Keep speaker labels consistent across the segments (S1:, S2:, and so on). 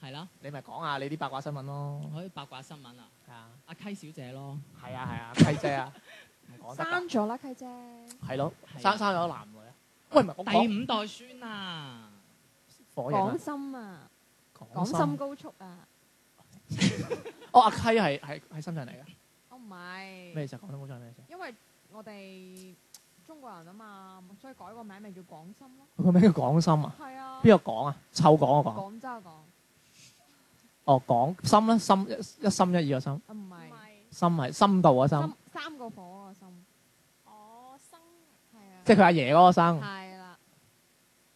S1: 係咯，
S2: 你咪講下你啲八卦新聞咯。
S1: 可以八卦新聞啊，
S2: 係啊，
S1: 阿溪小姐咯，
S2: 係啊，係啊，契姐啊，唔講得㗎。
S3: 生咗啦，契姐。
S2: 係咯，
S1: 係
S2: 生生咗男女啊？喂，唔係我
S1: 第
S2: 講
S1: 五代孫啊，
S2: 火影啊
S3: 港，心啊，港
S2: 講
S3: 心。高速啊，
S2: 哦，阿溪係係係深圳嚟㗎。
S3: 我唔係，
S2: 咩事啊？講得冇錯係咩事啊？
S3: 因為我哋中國人啊嘛，所以改個名咪叫港心咯。
S2: 佢個名叫港心啊？
S3: 係啊，
S2: 邊個講啊？臭講我講。
S3: 廣州港
S2: 哦，港心啦，心一一心一意個心，
S3: 啊，唔係
S2: 心係深度個心
S3: 心，三個火個心，係啊，
S2: 即係佢阿爺嗰個生。
S3: 係啦，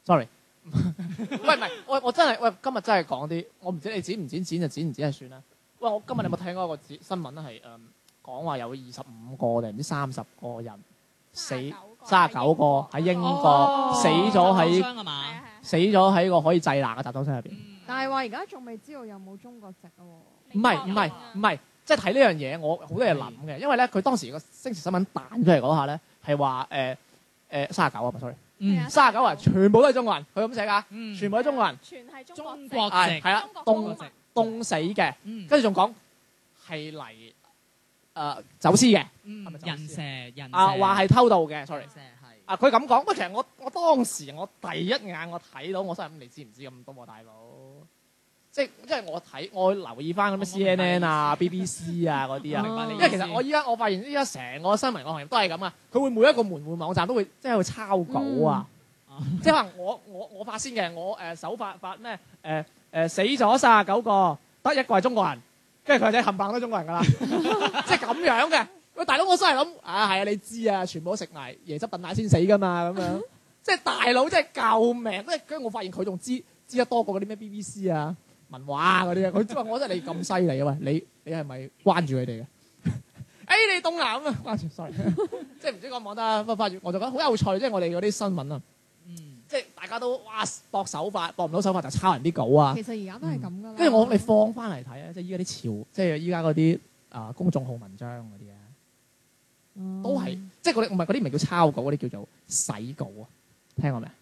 S2: sorry，喂唔係，我我真係喂今日真係講啲，我唔知你剪唔剪剪就剪唔剪就算啦。喂，我今日你有冇睇過一個新新聞啊係誒講話有二十五個定唔知三十個人死三十九個喺英國
S3: 哦
S2: 死咗喺
S1: 傷啊
S4: À,
S1: 嘛，
S2: 死咗喺個可以製冷嘅集裝箱入邊。
S1: 嗯
S3: 但係話而家仲未知道有冇中國籍嘅喎。
S2: 唔係唔係唔係，即係睇呢樣嘢，我好多嘢諗嘅，因為咧佢當時個星時新聞彈出嚟嗰下咧係話誒誒三十九啊唔係，sorry，
S1: 嗯
S2: 三十九人全部都係中國人，佢咁寫㗎，
S1: 嗯
S2: 全部都係中國人，
S1: 中國
S2: 係
S1: 籍，
S2: 係啦，凍凍死嘅。
S1: 嗯
S2: 跟住仲講係嚟誒走私嘅，
S1: 嗯
S2: 係咪走
S1: 人
S2: 私
S1: 蛇人
S2: 啊
S1: 蛇
S2: 話係偷渡嘅，sorry
S1: 人。蛇係
S2: 啊，佢咁講，喂，其實我我當時我第一眼我睇到，我心諗你知唔知咁多啊，大佬？即係即係我睇我留意翻咁
S1: 我明白
S2: 嘅
S1: 你
S2: CNN 啊、
S1: 意嗯
S2: BBC 啊嗰啲
S1: 我
S2: 啊，
S1: 明白你
S2: 因
S1: 意
S2: 為
S1: 思
S2: 其實我依家我發現依家成個新聞個行業都係咁啊，佢會每一個門戶網站都會即係會抄稿啊，
S1: 嗯啊
S2: 即係話我我我發先嘅，我誒、呃首發發咩誒誒死咗三十九個，得一個係中國人，跟住佢哋冚唪唥都中國人㗎啦，即係咁樣嘅。喂，大佬，我真係諗啊，係啊，你知啊，全部都食埋椰汁燉奶先死㗎嘛，咁樣。即係大佬，真係救命！即係跟住我發現佢仲知知得多過嗰啲咩 BBC 啊、文華啊嗰啲啊，佢即係我覺得你咁犀利啊！喂，你你係咪關注佢哋嘅？誒、你東南啊，關注，sorry，即係唔知講唔講得啊，不過發現我就覺得好有趣，即係我哋嗰啲新聞啊，
S1: 嗯
S2: 即係大家都哇搏手法，搏唔到手法就抄人啲稿啊。
S3: 其實而家都係咁噶啦。
S2: 跟住我你放翻嚟睇啊，即係依家啲潮，即係依家嗰啲啊公眾號文章嗰啲啊，
S3: 嗯
S2: 都係即係嗰啲唔係嗰啲唔係叫抄稿，嗰啲叫做洗稿啊，聽過未啊？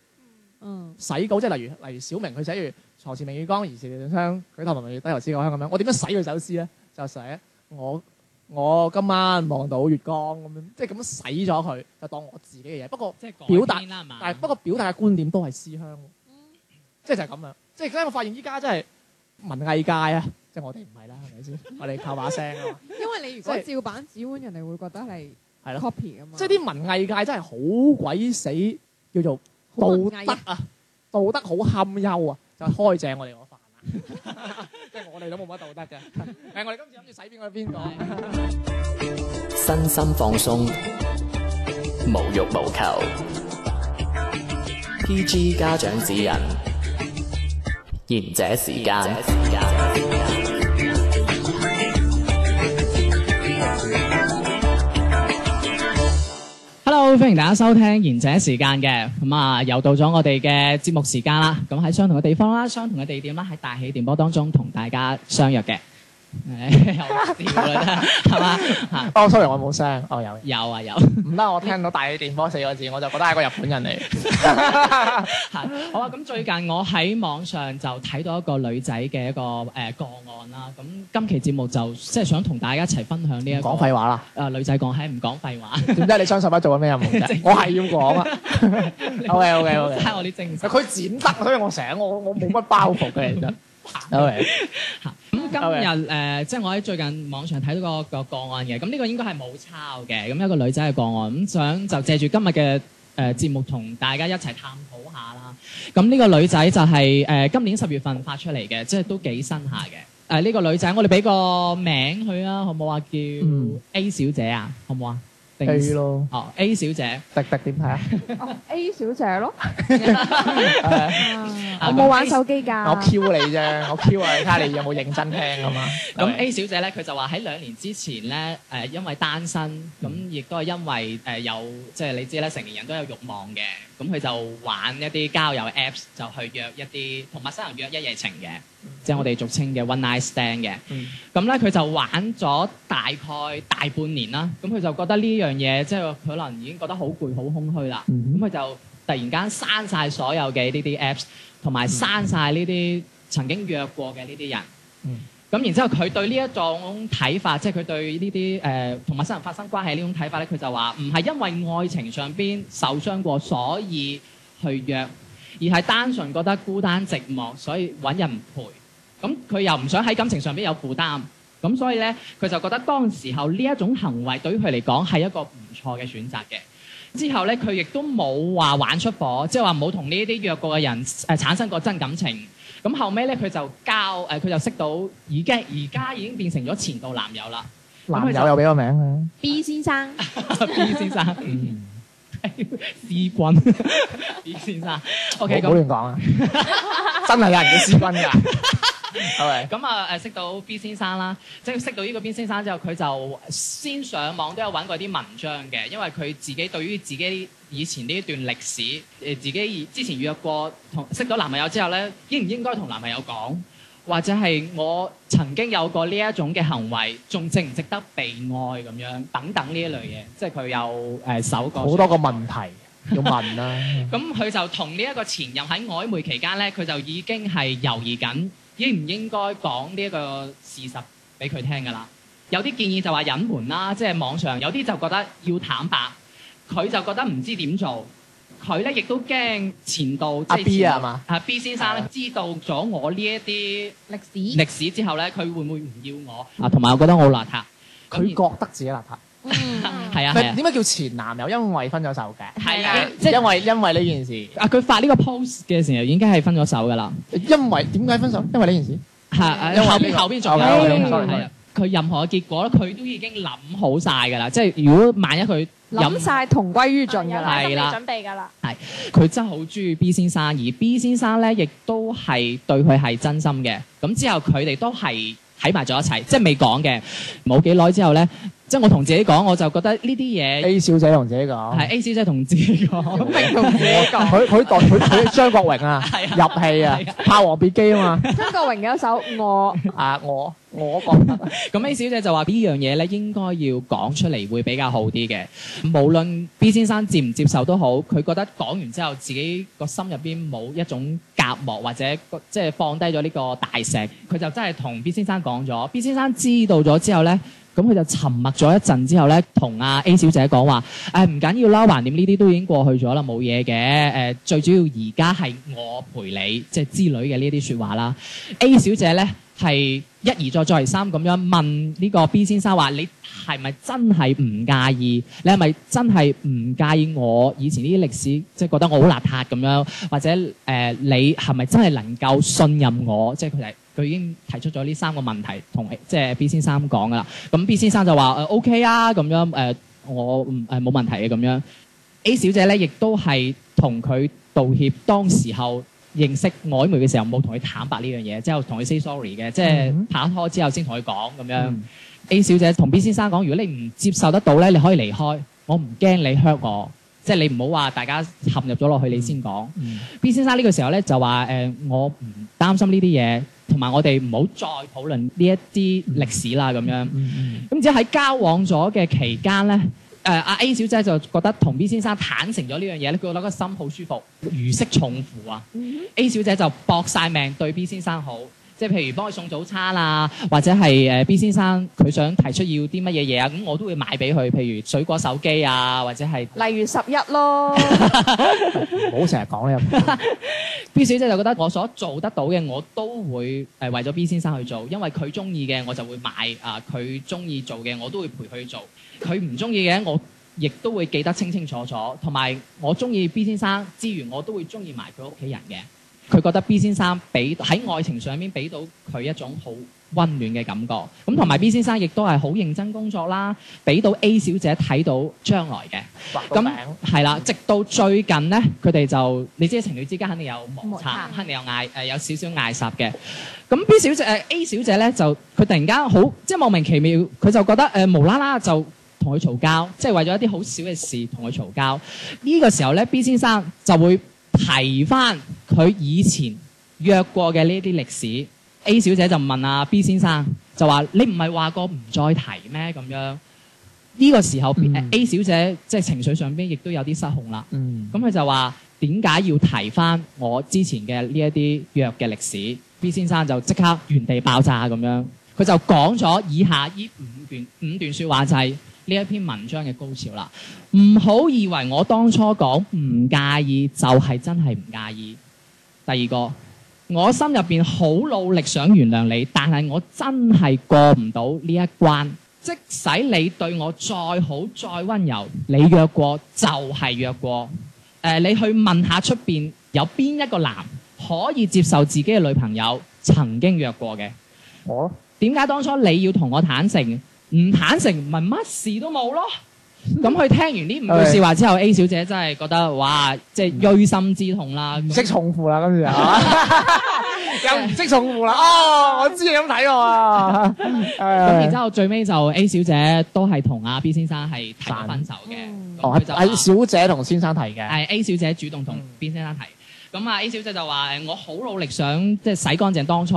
S3: 嗯
S2: 洗稿，即係例如例如小明佢寫住「床前明月光，疑是地上霜，舉頭紋明月低頭思故鄉」咁樣，我點樣洗佢首詩咧？就寫我我今晚望到月光咁樣，即係咁樣洗咗佢，就當我自己嘅嘢。不過
S1: 即係
S2: 表達
S1: 改編啦係嘛，
S2: 但係不過表達嘅觀點都係思鄉喎，
S3: 嗯
S2: 即係就係咁樣。即係咧，我發現依家真係文藝界啊，即係我哋唔係啦，係咪 先？我哋靠把聲啊嘛。
S3: 因為你如果照板紙碗，人哋會覺得係
S2: 係咯
S3: copy 噶嘛。
S2: 即係啲文藝界真係好鬼死叫做
S3: 好文
S2: 道
S3: 藝
S2: 德啊，道德好堪憂啊，就開正我哋 嗰飯啦。即係我哋都冇乜道德嘅。誒，我哋今次諗住洗邊個邊個？
S5: 身心放鬆，無欲無求。PG 家長指引，賢者時間。
S1: Hello，歡迎大家收聽賢者時間嘅，咁啊又到咗我哋嘅節目時間啦。咁喺相同嘅地方啦，相同嘅地點啦，喺大氣電波當中同大家相約 嘅。唉又笑啦，真係係嘛嚇？
S2: 哦，sorry，我冇聲。 哦，有。
S1: 有啊有，
S2: 唔得，我聽到大氣電波四個字，我就覺得係個日本人嚟。
S1: 係好啊！咁最近我喺網上就睇到一個女仔嘅一個誒、呃個案啦。咁今期節目就即係想同大家一齊分享呢、一個
S2: 講廢話啦，
S1: 誒、女仔講係唔講廢話，
S2: 點解你雙十一做緊咩任務 啫？我係要講啊。OK OK
S1: 即
S2: OK。
S1: 係我啲精神。
S2: 佢剪得，所以我成日我我冇乜包袱嘅，其實。OK。
S1: 咁今
S2: Okay.
S1: 日誒、呃即係我喺最近網上睇到個個個案嘅，咁呢個應該係冇抄嘅，咁一個女仔嘅個案，咁想就借住今日嘅誒節目同大家一齊探討下啦。咁呢個女仔就係、呃今年十月份發出嚟嘅，即係都幾新下嘅。誒、呢、個女仔，我哋俾個名佢啊，好唔好啊？叫
S2: 嗯
S1: A 小姐啊，好唔好啊？定
S2: A 咯，
S1: 哦，A 小姐，
S2: 迪迪點睇啊？
S3: 哦 A 小姐咯，
S2: 誒
S3: 我冇玩手機
S1: 啊
S3: 㗎。
S2: 我 Q 你啫，我 Q 啊，睇下你有冇認真聽啊嘛。
S1: 咁 A 小姐咧，佢就話喺兩年之前咧，誒、因為單身，咁亦都係因為誒、有即係你知咧，成年人都有慾望嘅，咁佢就玩一啲交友 Apps，就去約一啲同陌生人約一夜情嘅，即係我哋俗稱嘅 one night stand 嘅。
S2: 嗯
S1: 咁咧佢就玩咗大概大半年啦，咁佢就覺得呢樣嘢即係佢可能已經覺得好攰、好空虛啦，
S2: 嗯
S1: 咁佢就突然間刪晒所有嘅呢啲 Apps，同埋刪晒呢啲曾經約過嘅呢啲人。
S2: 嗯
S1: 咁然之後，佢對呢一種睇法，即係佢對呢啲誒同陌生人發生關係呢種睇法咧，佢就話唔係因為愛情上邊受傷過，所以去約，而係單純覺得孤單寂寞，所以揾人陪。咁佢又唔想喺感情上邊有負擔，咁所以咧佢就覺得當時候呢一種行為對於佢嚟講係一個唔錯嘅選擇嘅。之後咧，佢亦都冇話玩出火，即係話冇同呢啲約過嘅人誒、呃、產生過真感情。咁後尾咧，佢就交誒，呃佢、就識到已經而家已經變成咗前度男友啦
S2: 男友又俾個名佢。
S4: B 先生，
S1: ，B 先生，思君 ，B 先生，OK
S2: 唔好
S1: 咁
S2: 亂講啊！ 真係有人叫私軍㗎，係咪？
S1: 咁啊誒，識到 B 先生啦，即係識到呢個 B 先生之後，佢就先上網都有揾過啲文章嘅，因為佢自己對於自己以前呢一段歷史，誒、自己之前約過同識咗男朋友之後咧，應唔應該同男朋友講，或者係我曾經有過呢一種嘅行為，仲值唔值得被愛咁樣等等呢一類嘢，即係佢有誒、搜過
S2: 好多個問題要問啦。
S1: 咁佢就同呢一個前任喺曖昧期間咧，佢就已經係猶豫緊，應唔應該講呢一個事實俾佢聽㗎啦。有啲建議就話隱瞞啦，即係網上有啲就覺得要坦白，佢就覺得唔知點做。佢咧亦都驚前度
S2: 阿 B
S1: 前
S2: 啊
S1: 度
S2: 係嘛
S1: 啊 B 先生咧知道咗我呢一啲
S4: 歷史
S1: 歷史之後咧，佢會唔會唔要我啊？同埋我覺得我好邋遢，
S2: 佢覺得自己邋遢，
S4: 嗯，
S1: 係啊係
S2: 咪
S1: 啊
S2: 點解叫前男友？因為分咗手嘅，
S1: 係啊，即係
S2: 因為因為呢件事，
S1: 啊佢發呢個 post 嘅時候已經係分咗手㗎啦。
S2: 因為點解分手？因為呢件事。
S1: 係，
S2: 因
S1: 嗯
S2: 為
S1: 後
S2: 呢
S1: 邊
S2: 個
S1: 後邊仲有
S2: 哦
S1: 係
S2: 有有
S1: 啊
S2: sorry，
S1: 係啊佢任何嘅結果咧，佢都已經諗好晒㗎啦。即係如果萬一佢
S3: 諗
S1: 飲，
S3: 晒同歸於盡㗎
S4: 有
S3: 啦。
S4: 啦，
S1: 係啦
S4: 準備㗎啦，
S1: 佢真係好中意 B 先生，而 B 先生咧亦都係對佢係真心嘅。咁之後佢哋都係喺埋咗一齊，即係未講嘅。冇幾耐之後咧，即係我同自己講，我就覺得呢啲嘢
S2: A 小姐同自己講，
S1: 係 A 小姐同自己講。
S2: 佢佢代佢佢張國榮啊，
S1: 係啊
S2: 入戲啊
S1: 係啊，
S2: 拍王別 姬啊嘛，
S3: 張國榮有一首《我》，
S2: 啊我我覺得
S1: 咁 A 小姐就話呢樣嘢咧應該要講出嚟會比較好啲嘅，無論 B 先生接唔接受都好，佢覺得講完之後自己個心入邊冇一種隔膜或者個即係放低咗呢個大石，佢就真係同 B 先生講咗，B 先生知道咗之後咧。咁佢就沉默咗一陣之後咧，同阿 A 小姐講話：，誒唔緊要啦，橫掂呢啲都已經過去咗啦，冇嘢嘅。誒、最主要而家係我陪你，即係之類嘅呢啲説話啦。A 小姐咧係一而再再而三咁樣問呢個 B 先生話：你係咪真係唔介意？你係咪真係唔介意我以前呢啲歷史，即係覺得我好邋遢咁樣，或者誒、呃你係咪真係能夠信任我？即係佢係佢已經提出咗呢三個問題同即係 B 先生講噶啦。咁 B 先生就話誒、呃 OK 啊咁樣誒、呃我唔誒冇問題嘅咁樣。A 小姐咧亦都係同佢道歉，當時候認識曖昧嘅時候冇同佢坦白呢樣嘢，之後同佢 say sorry 嘅，即係
S2: 嗯
S1: 拍拖之後先同佢講咁樣。
S2: 嗯
S1: A 小姐同 B 先生講：如果你唔接受得到咧，你可以離開，我唔驚你 hurt 我，即係你唔好話大家陷入咗落去你先講。
S2: 嗯
S1: B 先生呢個時候咧就話：誒、呃我唔擔心呢啲嘢，同埋我哋唔好再討論呢一啲歷史啦咁樣。
S2: 嗯
S1: 咁只喺交往咗嘅期間咧，誒、阿 A 小姐就覺得同 B 先生坦誠咗呢樣嘢咧，佢覺得個心好舒服，如釋重負啊。A 小姐就搏晒命對 B 先生好。即係譬如幫佢送早餐啊，或者係誒 B 先生佢想提出要啲乜嘢嘢啊，咁我都會買俾佢，譬如水果手機啊，或者係
S3: 例如十一咯，
S2: 唔好成日講呢個
S1: B 小姐就覺得我所做得到嘅，我都會誒為咗 B 先生去做，因為佢中意嘅我就會買啊，佢中意做嘅我都會陪佢去做，佢唔中意嘅我亦都會記得清清楚楚，同埋我中意 B 先生之餘，我都會中意埋佢屋企人嘅。佢覺得 B 先生俾喺愛情上面俾到佢一種好温暖嘅感覺，咁同埋 B 先生亦都係好認真工作啦，俾到 A 小姐睇到將來嘅。
S2: 畫個
S1: 咁
S2: 名，
S1: 係啦，直到最近咧，佢哋就你知情侶之間肯定有摩
S4: 摩
S1: 擦
S4: 擦，
S1: 肯定有嗌誒、有少少嗌霎嘅。咁 B 小姐誒、A 小姐咧就佢突然間好即係莫名其妙，佢就覺得誒、無啦啦就同佢嘈交，即係為咗一啲好少嘅事同佢嘈交。呢、個時候咧，B 先生就會提翻佢以前約過嘅呢啲歷史。A 小姐就問啊 B 先生就話：你唔係話過唔再提咩咁樣？呢、個時候、
S2: 嗯
S1: A 小姐即係情緒上邊亦都有啲失控啦。
S2: 嗯
S1: 咁佢就話點解要提翻我之前嘅呢一啲約嘅歷史？ B 先生就即刻原地爆炸咁樣，佢就講咗以下呢五段五段説話就係呢一篇文章嘅高潮啦。唔好以為我當初講唔介意就係真係唔介意。第二個，我心入邊好努力想原諒你，但係我真係過唔到呢一關。即使你對我再好再温柔，你約過就係約過。誒、呃你去問下出邊有邊一個男可以接受自己嘅女朋友曾經約過嘅？
S2: 我
S1: 點解當初你要同我坦誠？唔坦誠咪乜事都冇咯。咁佢聽完呢五句説話之後，A 小姐真係覺得哇，即係錐心之痛啦。
S2: 唔識重負 啦，跟住啊，又唔識重負啦。哦，我知你咁睇我啊。
S1: 咁
S2: 咁
S1: 然之後最尾就 A 小姐都係同阿 B 先生係提咗分手嘅，
S3: 嗯
S1: 咁
S2: 哦，
S1: 佢就啊話
S2: 係小姐同先生提嘅。
S1: 係 A 小姐主動同
S2: 嗯
S1: B 先生提，咁啊 A 小姐就話誒我好努力想即係洗乾淨當初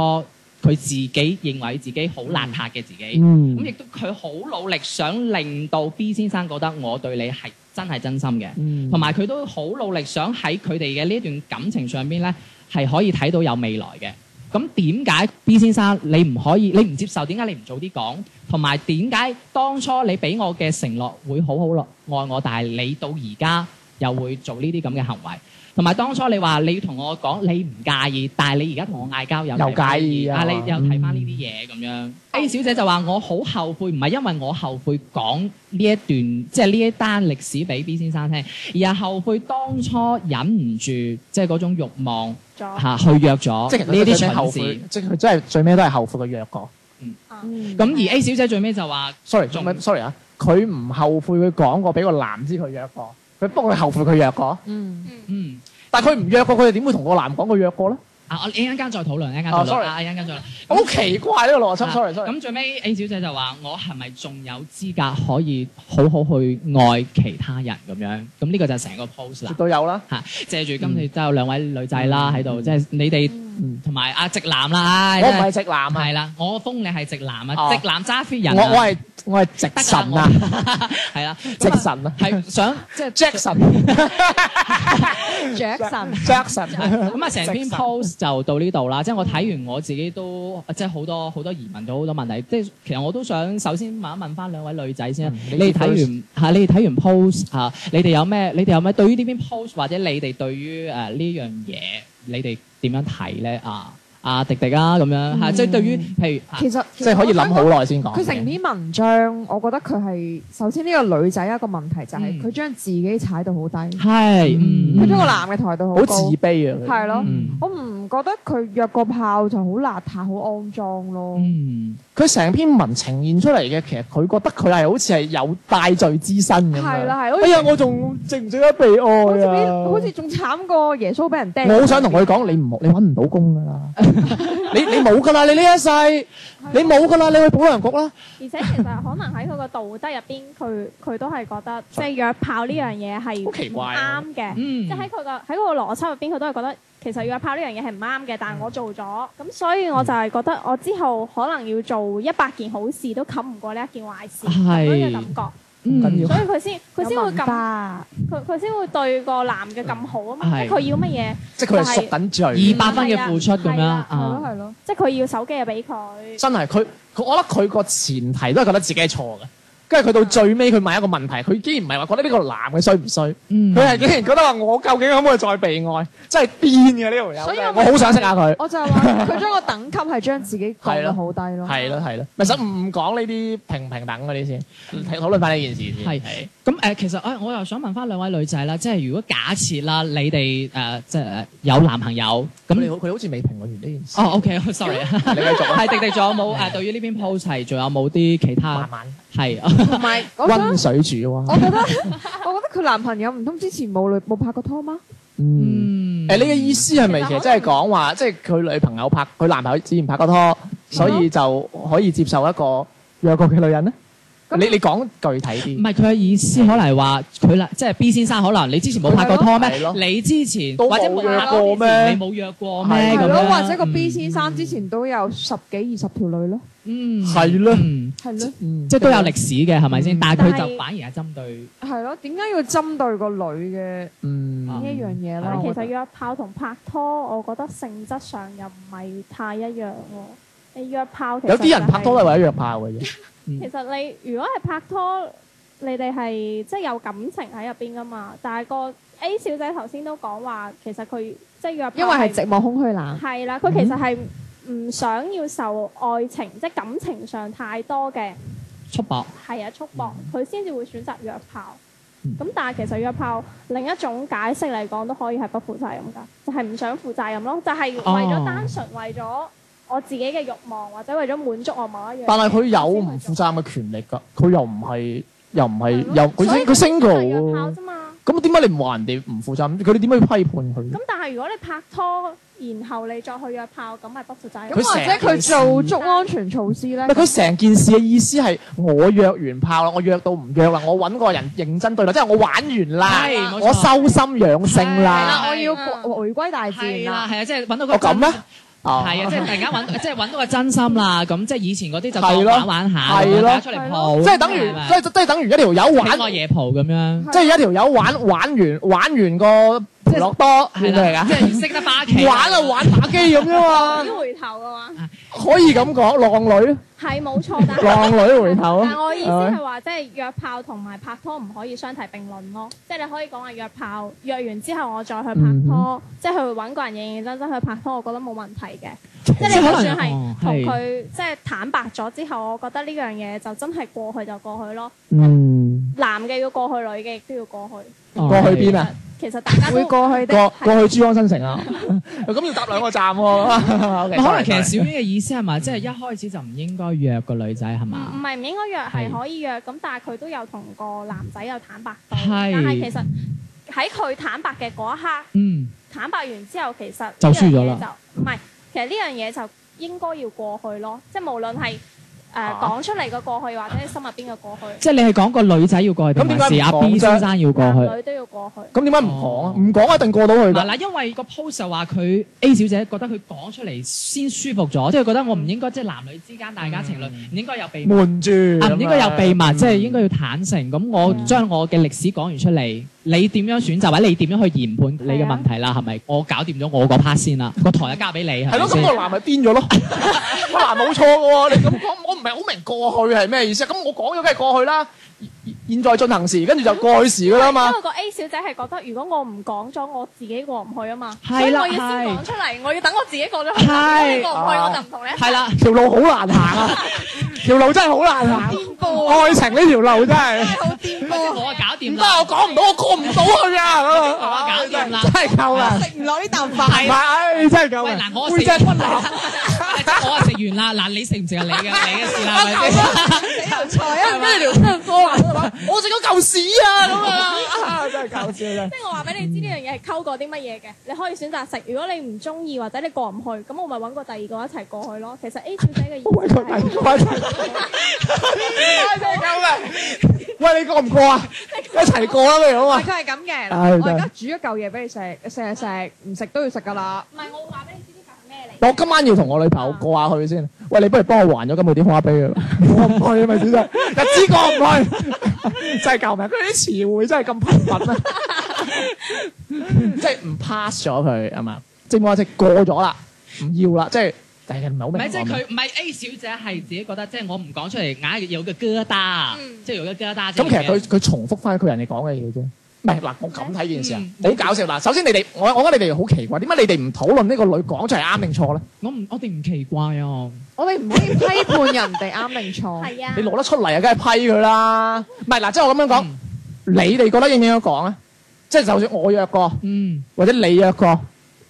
S1: 佢自己認為自己好邋遢嘅自己，咁
S2: 嗯
S1: 亦都佢好努力想令到 B 先生覺得我對你係真係真心嘅。
S2: 嗯
S1: 同埋佢都好努力想喺佢哋嘅呢段感情上邊咧，係可以睇到有未來嘅。咁點解 B 先生你唔可以，你唔接受？點解你唔早啲講？同埋點解當初你俾我嘅承諾會好好咯愛我，但係你到而家又會做呢啲咁嘅行為？同埋當初你話你要同我講你唔介意，但係你而家同我嗌交有
S2: 又介意啊
S1: 你又睇翻呢啲嘢咁樣。A 小姐就話我好後悔，唔係因為我後悔講呢一段即係呢一單歷史俾 B 先生聽，而係後悔當初忍唔住即係嗰種慾望
S4: 哦
S3: 咗
S1: 嚇去約咗
S2: 即係
S1: 呢
S2: 呢
S1: 啲
S2: 啲後
S1: 蠢
S2: 悔
S1: 事。，
S2: 即係佢真係最尾都係後悔佢約過。
S4: Ừ.
S3: 嗯
S1: 咁而 A 小姐最尾就話
S2: sorry，
S1: 仲
S2: 仲 sorry 啊，佢唔後悔佢講過俾個男知佢約過，佢不過佢後悔佢約過，
S3: 嗯
S1: 嗯。
S2: 但係佢唔約過，佢哋點會同個男講佢約過咧？
S1: 啊！我一陣間再討論，一陣間討
S2: 哦
S1: 論，
S2: ，sorry
S1: 啊，一陣間再討論。
S2: 好奇怪呢個邏輯
S1: 啊
S2: ，sorry sorry。
S1: 咁最尾 A 小姐就話：我係咪仲有資格可以好好去愛其他人咁樣？咁呢個就係成個 pose 啦
S2: 絕。對有啦，
S1: 借住今次都有兩位女仔啦喺度，即係你哋
S3: 嗯
S1: 同埋阿直男啦，
S2: 我
S1: 唉
S2: 唔係直男啊，
S1: 係啦，我封你係直男啊，
S2: 哦
S1: 直男揸飛人
S2: 我
S1: 啊，
S2: 我係我係直神啊，
S1: 係啦，
S2: 直
S1: 咁啊
S2: 神啊
S1: 係想 即係
S2: ，Jackson 啊
S3: Jackson
S2: Jackson，
S1: 咁啊，成篇
S2: 直神
S1: post 就到呢度啦。即係我睇完我自己都即係好多好多疑問，到好多問題。即係其實我都想首先問一問翻兩位女仔先。啊
S2: 嗯
S1: 你哋
S2: 你
S1: 睇完啊嚇，你哋睇完 post 嚇，你哋有咩？你哋有咩對於呢篇 post 或者你哋對於誒呃呢樣嘢，你哋點樣睇咧？啊啊迪迪啊咁樣
S2: 嗯
S1: 嚇，即係對於譬如啊
S3: 其實
S2: 即係可以諗好。耐先講嘅。
S3: 佢成篇文章，我覺得佢係首先呢個女仔一個問題就係
S1: 嗯
S3: 佢將自己踩到好低，
S1: 係
S2: 嗯
S1: 嗯，
S3: 佢將個男嘅抬到好
S2: 好
S3: 高，
S2: 自卑啊，
S3: 係咯。
S1: 嗯
S3: 我唔覺得佢約個炮就好邋遢、好骯髒咯。
S1: 嗯
S2: 佢佢成篇文呈現出嚟嘅，其實佢覺得佢係好似係有大罪之身咁樣。
S3: 係啦，係好
S2: 哎
S3: 似
S2: 呀，我仲值唔值得被
S3: 好似
S2: 愛
S3: 比
S2: 啊？
S3: 好似仲慘過耶穌俾人釘。
S2: 我好想同佢講，你唔好，你揾唔到工噶啦， 你你冇噶啦，你呢一世你冇噶啦，你去保良局啦。
S4: 而且其實可能喺佢個道德入邊，佢佢都係覺得即係約炮呢樣嘢係
S2: 好奇
S4: 唔
S2: 怪啊
S4: 啱嘅，
S1: 嗯
S4: 即係喺佢個喺佢個邏輯入邊，佢都係覺得其實約炮呢樣嘢係唔啱嘅，但係我做咗，咁所以我就係覺得我之後可能要做一百件好事都冚唔過呢一件壞事
S1: 係
S4: 咁樣嘅感覺，
S1: 嗯
S2: 緊要
S4: 所以佢先佢先會
S3: 咁
S4: 咁佢佢先會對個男嘅咁好啊嘛，
S1: 係
S4: 即係佢要乜嘢，
S2: 即係佢係縮緊罪，
S1: 二百分嘅付出咁樣
S4: 係啦
S3: 係咯
S1: 啊，
S3: 係咯，
S4: 即係佢要手機啊俾佢，
S2: 真係佢佢，我覺得佢個前提都係覺得自己係錯嘅。跟住佢到最尾，佢問一個問題，佢竟然唔係話覺得呢個男嘅衰唔衰，
S1: 嗯
S2: 佢係竟然覺得話我究竟可唔可以再被愛，真係癲嘅呢條
S3: 所以
S2: 友。
S3: 我
S2: 我好想識下佢。
S3: 我就係話佢將個等級係將自己降到好低咯。
S2: 係咯係咯，咪想唔講呢啲平唔平等嗰啲先，睇討論翻呢件事先。
S1: 係咁誒、呃其實誒、我又想問翻兩位女仔啦，即係如果假設啦，你哋誒、呃即係呃有男朋友
S2: 咁你
S1: 咁，
S2: 好佢好似未評論完呢件事
S1: 哦，，OK，sorry，
S2: 你繼續啊
S1: 係迪迪仲有冇誒、呃、對於呢篇 post 係仲有冇啲其
S2: 慢
S1: 他
S2: 慢
S1: 係？
S3: 同埋我想
S2: 温，水煮
S3: 我
S2: 喎。
S3: 覺得我覺得佢男朋友唔通之前冇女冇拍過拖嗎？
S2: 嗯。
S1: 嗯
S2: 誒，你嘅意思係咪其實即係講話，即係佢女朋友拍嗯佢男朋友之前拍過拖，所以就可以接受一個約過嘅女人咧？
S3: 咁
S2: 你你講具體啲
S1: 唔。係佢嘅意思，可能係話佢啦，即係 B 先生，可能你之前冇拍過拖咩
S5: 係？咯
S1: 你之前
S2: 都
S1: 或者
S2: 冇
S1: 拍
S2: 約
S1: 拖
S2: 過
S1: 之前
S2: 咩
S1: 你？冇約過咩？
S2: 係
S1: 咁
S3: 係咯，
S1: 樣
S3: 或者個 B 先生之，前都有十幾二十條女咯，
S1: 嗯，
S2: 係咯
S1: 嗯
S3: 係咯，
S2: 嗯
S1: 即係都有歷史嘅，係咪先？
S2: 嗯
S1: 但係佢
S4: 但
S1: 就
S4: 係
S1: 反而係針對。
S3: 係咯，點解要針對個女嘅
S2: 嗯
S3: 呢一樣嘢
S1: 嗯
S4: 但其
S3: 咧？
S4: 實約炮同拍拖，我覺得性質上又唔係太一樣喎。你約炮其實
S2: 有啲人
S4: 就係
S2: 拍拖係為咗約炮嘅啫。
S4: 其實你如果係拍拖，你哋係即係有感情喺入邊噶嘛？但係個 A 小姐頭先都講話，其實佢即係約炮
S3: 因為係寂寞空虛冷，
S4: 係啦，佢其
S2: 嗯
S4: 實係唔想要受愛情即係感情上太多嘅
S1: 束縛，
S4: 係啊束縛，佢先至會選擇約炮
S1: 嗯。
S4: 咁但係其實約炮另一種解釋嚟講都可以係不負責任㗎，就係、唔想負責任咯，就係、為
S1: 哦
S4: 咗單純為咗我自己嘅慾望或者為咗滿足我某一樣嘢。
S2: 但係佢有唔負責任嘅權力㗎，佢又唔係又唔係
S4: 係咯
S2: 又佢
S4: 所以
S2: sing- 佢
S4: 就係約炮
S2: single 喎
S4: 啫嘛。
S2: 咁點解你唔話人哋唔負責任？佢哋點解要批判佢
S4: 咁？但係如果你拍拖，然後你再去約炮，咁咪不負責任
S3: 咁
S2: 佢成
S3: 或者佢做足安全措施咧
S2: 唔係？佢成件事嘅意思係我約完炮啦，我約到唔約啦，我揾個人認真對待，即係我玩完啦，
S1: 係冇錯
S2: 我修心養性
S3: 係啦，
S2: 啦。
S3: 我要
S4: 係啊
S3: 回歸大自然
S1: 係啦，
S3: 啦。
S1: 係啊，即係揾到個
S2: 哦咁咩？哦
S1: 係啊，即係突然間揾，即係揾到個真心啦。咁即係以前嗰啲就當
S2: 係咯
S1: 玩玩下，
S2: 係咯
S1: 打出嚟蒲，
S2: 即係等於即係即係等於一條友 玩
S1: 玩個夜蒲咁樣。
S2: 即係一條友玩玩完玩完個
S1: 即係
S2: 落多
S1: 係
S2: 係咪
S1: 啦，
S2: 㗎
S1: 即？係識得花旗。
S2: 玩啊玩打機咁啫嘛，
S4: 要回頭 嘅話，
S2: 可以咁講，浪 女
S4: 係冇錯，但係
S2: 浪女回頭
S4: 但係
S2: 啊！
S4: 我意思係話，即係約炮同埋拍拖唔可以相提並論咯。即係你可以講話約炮，約完之後我再去拍拖，即係去揾個人認認真真去拍拖，我覺得冇問題嘅。即係你就算係同佢即係坦白咗之後，我覺得呢樣嘢就真係過去就過去咯。
S2: 嗯，
S4: 男嘅要過去，女嘅亦都要過去。
S1: 哦
S2: 過去邊啊？
S4: 其實大家
S3: 會
S4: 都
S3: 過去的
S2: 過過去珠江新 城啊！咁要搭兩個站喎。
S1: 可
S2: OK，
S1: 能其實
S2: sorry，sorry
S1: 小英嘅意思係咪，即係一開始就唔應該約個女仔係
S4: 唔唔
S1: 嘛？
S4: 係唔應該約
S1: 係
S4: 係可以約，咁但係佢都有同個男仔有坦白到，但
S1: 係
S4: 係其實喺佢坦白嘅嗰一刻，
S1: 嗯，
S4: 坦白完之後其實
S1: 就輸咗啦
S4: 呢樣嘢就唔係，其實呢樣嘢就應該要過去咯，即係無論係誒
S2: 啊
S4: 講出嚟嘅過去，或者你心入邊嘅過去，
S1: 即係你係講個女仔要過去，定
S2: 咁點
S1: 還
S2: 解
S1: 是阿
S2: 唔講
S1: B
S2: 啫
S1: 先生要過去？
S4: 男女都要過去。
S2: 咁點解唔講啊？唔講一定過到去
S1: 嗱
S2: 㗎。
S1: 嗱，因為個 post 就話佢 A 小姐覺得佢講出嚟先舒服咗，即係覺得我唔應該即係男女之間大家情侶唔應該有秘密，
S2: 瞞住
S1: 啊唔應該有秘密，即係應該
S2: 要
S1: 要坦誠。咁我
S4: 嗯
S1: 將我嘅歷史講完出嚟，你點樣選擇或者你點樣去研判你嘅
S4: 係啊
S1: 問題啦？係咪？我搞掂咗我嗰 part 先啦，個台就交俾你係
S2: 係
S1: 咪
S2: 咯。咁
S1: 先？
S2: 個男咪癲咗咯。 個男冇錯嘅喎，你咁講我唔係好明過去係咩意思啊？咁我講咗梗係過去啦，現現在進行時，跟住就過去時㗎啦嘛
S4: 因。為個 A 小姐係覺得，如果我唔講咗，我自己過唔去啊嘛，所
S1: 係
S4: 以
S1: 啦
S4: 我要先講出嚟，我要等我自己過咗去，如
S1: 係
S4: 果你過唔去，我就唔同你一齊
S1: 係啦，
S2: 條路好難行啊！條路真係好難行，愛情呢條路真係
S3: 好顛
S1: 我啊搞
S2: 唔
S1: 掂
S2: 得啊，
S1: 啦
S2: 我，講唔到，我過唔到去啊！咁
S1: 我
S2: 啊
S1: 搞掂啦
S2: 真係夠啦，
S3: 食唔落呢啖
S2: 唔係，唉真係夠
S1: 喂
S2: 啦
S1: 嗱，我
S2: 背
S1: 食
S2: 脊
S1: 完
S2: 骨
S1: 啦
S2: 流，
S1: 我啊食完啦，嗱你食唔食係你嘅，你嘅事啦，係 咪先？
S3: 飯，死人啊！
S2: 跟住條真係波啦，我食咗嚿屎啊！咁啊，啊真係搞笑真係。
S4: 即係我話俾你知呢樣嘢係溝過啲乜嘢嘅，你可以選擇食。如果你唔中意或者你過唔去，咁我咪揾個第二個一齊過去咯。其實 A 小姐嘅意
S1: Oh
S2: 喂，
S4: 思
S2: 佢大
S4: 係
S2: 喂真係夠啦！喂，你過唔過啊？一齊過啦，不如好
S3: 大
S2: 嘛？
S3: 概係咁嘅。
S2: 唉真係
S3: 我而家煮咗嚿嘢俾你食，食食唔食都要食噶啦。
S4: 唔係我話俾你知呢個係咩嚟？
S2: 我今晚要同我女朋友過下去先。喂，你不如幫我還咗今日啲花俾佢啦。我唔去啊咪先生，日知過唔去，真係救命！佢啲詞彙真係咁頻密啊，即係唔 pass À 咗佢係嘛？即係冇話即係過咗啦，唔要啦，即係但係唔係好
S1: 唔
S2: 明
S1: 係，即係
S2: 我明
S1: 佢唔係 A 小姐係自己覺得，即係我唔講出嚟，硬有個疙瘩，
S4: 嗯
S1: 即係有個疙瘩。
S2: 咁其實佢佢重複翻佢人哋講嘅嘢啫。唔係嗱，我咁睇件事啊，好搞笑嗱。首先你哋，我我覺得你哋好奇怪，點解你哋唔討論呢個女講出嚟啱定錯咧？
S1: 我唔我哋唔奇怪啊，
S3: 我哋唔可以批判人哋啱定錯。
S4: 係啊，
S2: 你攞得出嚟啊，梗係批佢啦。唔係嗱，即係我咁樣講。
S1: 嗯
S2: 你哋覺得應唔應該講啊？即係就算我約過，
S1: 嗯，
S2: 或者你約過，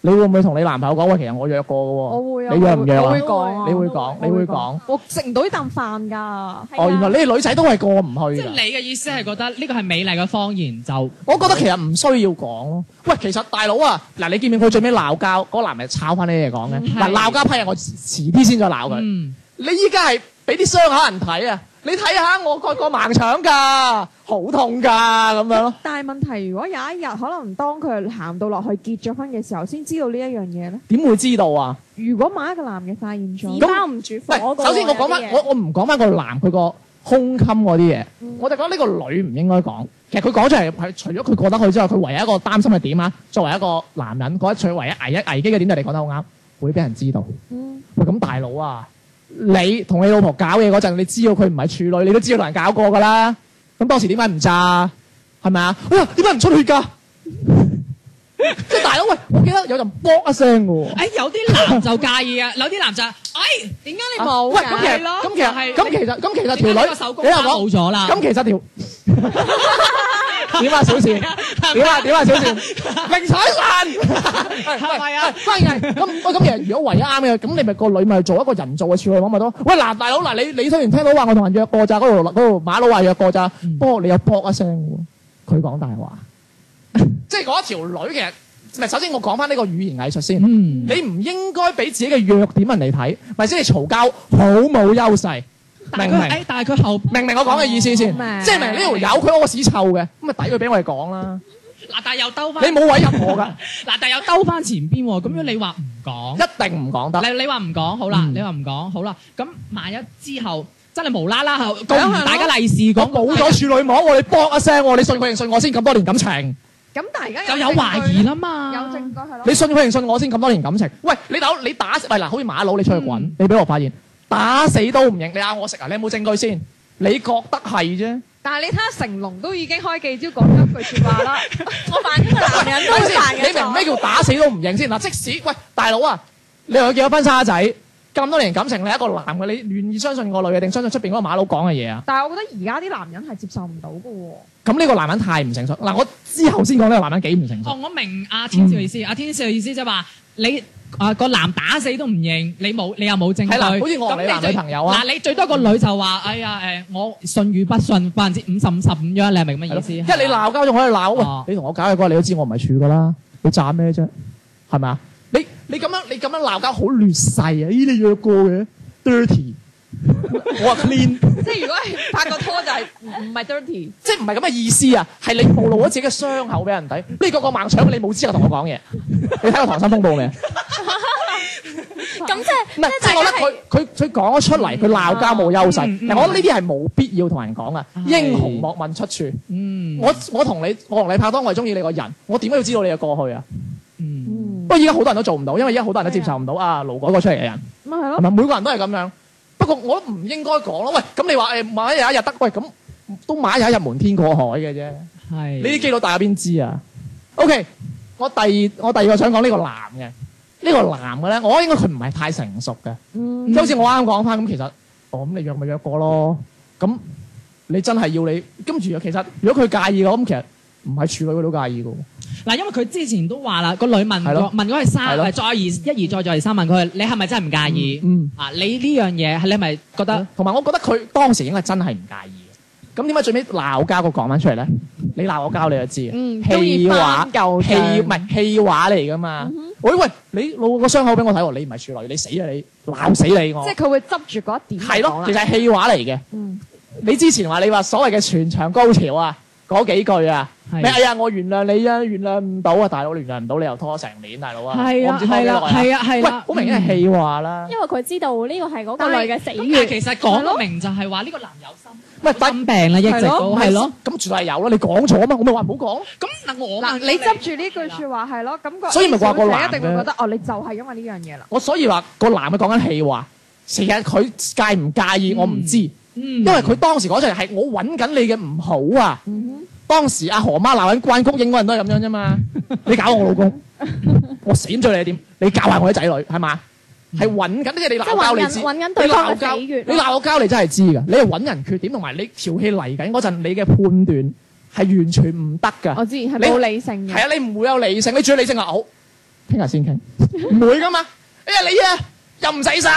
S2: 你會唔會同你男朋友講喂，其實我約過嘅喎？
S3: 我會啊，
S2: 你約唔約
S3: 我會
S2: 啊？
S3: 講啊，
S2: 你會講，你會講。
S3: 我食唔到呢啖飯㗎。
S4: 係啊
S2: 哦，原來呢啲女仔都係過唔去
S1: 即係你
S2: 㗎。
S1: 嘅意思係覺得呢個係美麗嘅方言就
S2: 我覺得其實唔需要講咯。喂，其實大佬啊，嗱，你見唔見佢最尾鬧交？嗰個男咪炒翻呢啲嘢講嘅。
S1: 嗯
S2: 嗱，
S1: 係 Ừ.
S2: 鬧交批人，我遲啲先再鬧佢。
S1: 嗯
S2: 你依家係俾啲傷口人睇啊！你睇下我割過盲腸㗎，好痛㗎咁樣咯。
S3: 但係問題，如果有一日可能當佢行到落去結咗婚嘅時候，先知道呢一樣嘢咧。
S2: 點會知道啊？
S3: 如果某一個男嘅發現咗，
S4: 紙包唔住
S2: 喂，
S4: 火
S2: 首先我講翻，我我唔講翻個男佢個胸襟嗰啲嘢，我哋講呢個女唔應該講。其實佢講出嚟係除咗佢過得去之外，佢唯一一個擔心嘅點啊，作為一個男人，覺得最唯一危一危機嘅點就係你講得好啱，會俾人知道。
S3: 嗯
S2: 喂，咁大佬啊，你同你老婆搞嘢嗰陣，你知道佢唔係處女，你都知道同人搞過㗎啦。咁當時點解唔炸？係咪啊？哎呀，點解唔出血㗎？即係大佬，喂，我記得有人卜一聲㗎喎。
S1: 誒有啲男就介意啊，有啲男就誒點解你冇
S2: 喂，
S1: 㗎？
S2: 咁其實
S1: 係咯
S2: 咁其實咁其實咁其實
S1: 點解
S2: 條
S1: 呢
S2: 女
S1: 個手，工
S2: 你又
S1: 包
S2: 講
S1: 冇咗啦。
S2: 咁其實條點啊小事？點啊點啊小事？明彩神
S1: 係咪啊？
S2: 關鍵係咁喂咁其實如果唯一啱嘅，咁你咪個女咪做一個人造嘅處女膜咪得咯？喂嗱，大佬嗱，你你雖然聽到話我同人約過咋，嗰度嗰度馬佬話約過咋，
S1: 嗯
S2: 不過你又搏一聲喎，佢講大話，即係嗰一條女其實唔係首先我講翻呢個語言藝術先。
S1: 嗯，
S2: 你唔應該俾自己嘅弱點人哋睇，咪先你嘈交好冇優勢，
S1: 但
S2: 明
S1: 係
S2: 唔
S1: 佢
S2: 明？
S1: 誒，但係佢後
S2: 明唔明我講嘅意思先？
S3: 明
S2: 即係明呢條友佢屙屎臭嘅，咁咪抵佢俾我哋講啦。
S1: 嗱，但係又兜翻
S2: 你冇位入我㗎，
S1: 嗱，但係又兜翻前邊喎。咁樣你話唔講，
S2: 一定唔講得。
S1: 你你話唔講好啦，
S2: 嗯
S1: 你話唔講好啦。咁萬一之後真係無啦啦後，
S2: 係啊
S1: 咁
S2: 係啊
S1: 大家利是
S2: 我
S1: 講
S2: 冇咗處女膜喎，你搏一啊聲喎，你信佢定信我先咁多年感情？
S3: 咁但係而家
S1: 就有懷疑
S3: 啦，
S1: 啦嘛。
S3: 有證據係咯。
S2: 你信佢定信我先咁多年感情？喂，你大佬你打喂嗱，好似馬佬你出去滾，
S1: 嗯
S2: 你俾我發現打死都唔認，你嗌我食啊？你有冇證據先？你覺得係啫？
S3: 但係你睇下成龍都已經開記招講咗一句説話啦， 我扮一個男人
S2: 等
S3: 都
S2: 陣先
S3: 扮嘅
S2: 你明咩叫打死都唔認先？嗱，即使喂大佬啊，你又結咗婚生咗仔，咁多年感情，你係一個男嘅，你願意相信個女嘅，定相信出邊嗰個馬佬講嘅嘢啊？
S3: 但係我覺得而家啲男人係接受唔到嘅喎。
S2: 咁呢個男人太唔成熟。嗱，我之後先講呢個男人幾唔成熟。
S1: 哦，我明阿天少嘅意
S2: 嗯
S1: 思，阿天少嘅意思即係話你啊個男打死都唔認，你冇你又冇證據，
S2: 係啦好似我同
S1: 咁
S2: 你男
S1: 最
S2: 女朋友啊
S1: 嗱你最多個女就話：哎呀誒，我信與不信百分之五十五十五樣，你係咪咁
S2: 係
S1: 嘅
S2: 咯
S1: 意思？
S2: 因為你鬧交仲可以鬧，
S1: 哦
S2: 喂，你同我搞嘅嗰日你都知我唔係處噶啦，你讚咩啫？係咪啊？你你咁樣你咁樣鬧交好劣勢啊！咦，你約過嘅 dirty，我話 clean。
S3: 即係如果係拍個拖就係唔唔係 dirty，
S2: 即係唔係咁嘅意思啊？係你暴露咗自己嘅傷口俾人睇，你個個盲腸，你冇資格同我講嘢。你睇過《溏心風暴》未？唔
S4: 咁即係
S2: 係，即係我覺得佢佢佢講咗出嚟，佢鬧交冇優
S1: 嗯
S2: 勢。
S1: 嗯
S2: 嗱，我覺得呢啲係冇必要同人講啊。
S1: 係
S2: 英雄莫問出處。
S1: 嗯，
S2: 我我同你我同你拍拖，我係中意你個人，我點解要知道你嘅過去啊？
S1: 嗯
S2: 不過而家好多人都做唔到，因為而家好多人都接受唔到啊勞改過出嚟嘅人。
S3: 咪係
S2: 係
S3: 咯。
S2: 咪每個人都係咁樣？不過我都唔應該講咯。喂，咁你話誒買有一日得，喂咁都買有一日瞞天過海嘅啫。
S1: 係
S2: 呢啲基佬大家邊知啊？OK，我第二我第二個想講呢個男嘅，呢、個男嘅咧，我應該佢唔係太成熟嘅，
S3: 嗯
S2: 即係好似我啱啱講翻咁，其實哦咁你約咪約過咯，咁你真係要你跟住其實如果佢介意嘅，咁其實唔係處女佢都介意嘅喎。
S1: 嗱，因為佢之前都話啦，個女問
S2: 係咯
S1: 過問嗰係
S2: 係
S1: 三，
S2: 咯
S1: 誒再而一而再再而三問佢，你係咪真係唔介意？
S2: 嗯，
S1: 啊，你呢樣嘢係你係咪覺得
S2: 同埋我覺得佢當時應該真係唔介意嘅。咁點解最尾鬧交個講翻出嚟咧？你鬧我交你就知嘅。
S3: 嗯，
S2: 戲
S3: 中意翻
S2: 話
S3: 舊
S2: 戲
S3: 帳
S2: 唔係戲話嚟噶嘛？
S4: 嗯
S2: 喂喂，你露個傷口俾我睇喎，你唔係處女，你死啊你，鬧死你我
S3: 即係！佢會執住嗰一點
S2: 係
S3: 嚟
S2: 咯，
S3: 講
S2: 其
S3: 啦。
S2: 實係戲話嚟嘅。
S3: 嗯
S2: 你之前話你話所謂嘅全場高潮啊，嗰幾句啊，
S1: 係
S2: 咩哎呀我原諒你啊，原諒唔到啊，大佬你原諒唔到你又拖成年，大佬啊，
S1: 係
S2: 我唔
S1: 啊
S2: 知拖
S1: 係
S2: 幾
S1: 啦
S2: 耐啊，
S1: 係啊係
S2: 喂，
S1: 啦，
S2: 好明顯係戲話啦。
S4: 因為佢知道呢個係嗰個女嘅死
S1: 咁但係
S4: 穴，
S1: 其實講得明就係話呢個男有心
S2: 喂，但
S1: 心病啊啦，一直
S3: 唔
S1: 都係咯。，
S2: 咁絕對係有啦，你講咗啊嘛，我咪話唔好講咯。
S1: 咁嗱，我問
S3: 嗱，你執住呢句説話係咯，咁個
S2: 所以咪話個
S3: A 小姐
S2: 男
S3: 一定會
S2: 嘅
S3: 覺得哦，你就係因為呢樣嘢啦。
S2: 我所以話個男嘅講緊戲話，成日佢介唔介意我唔知，
S1: 嗯
S2: 因為佢當時嗰陣係我揾緊你嘅唔好啊。
S3: 嗯
S2: 當時阿何媽鬧緊關谷英嗰人都係咁樣啫 嘛，你搞我老公，我死咁追你點？你教下我啲仔女係嘛？係揾緊即係你
S4: 即係
S2: 鬧交
S4: 揾
S2: 你
S4: 緊
S2: 知，
S4: 揾緊
S2: 你
S4: 對方
S2: 鬧交
S4: 嘅死穴
S2: 你。鬧我交你真係知㗎，你係揾人缺點同埋你調戲嚟緊嗰陣，你嘅判斷係完全唔得㗎。
S3: 我知係冇理性
S2: 係
S3: 嘅，
S2: 啊，你唔會有理性，你最理性啊，好，聽日先傾，唔會噶嘛。哎呀，你啊又唔洗衫，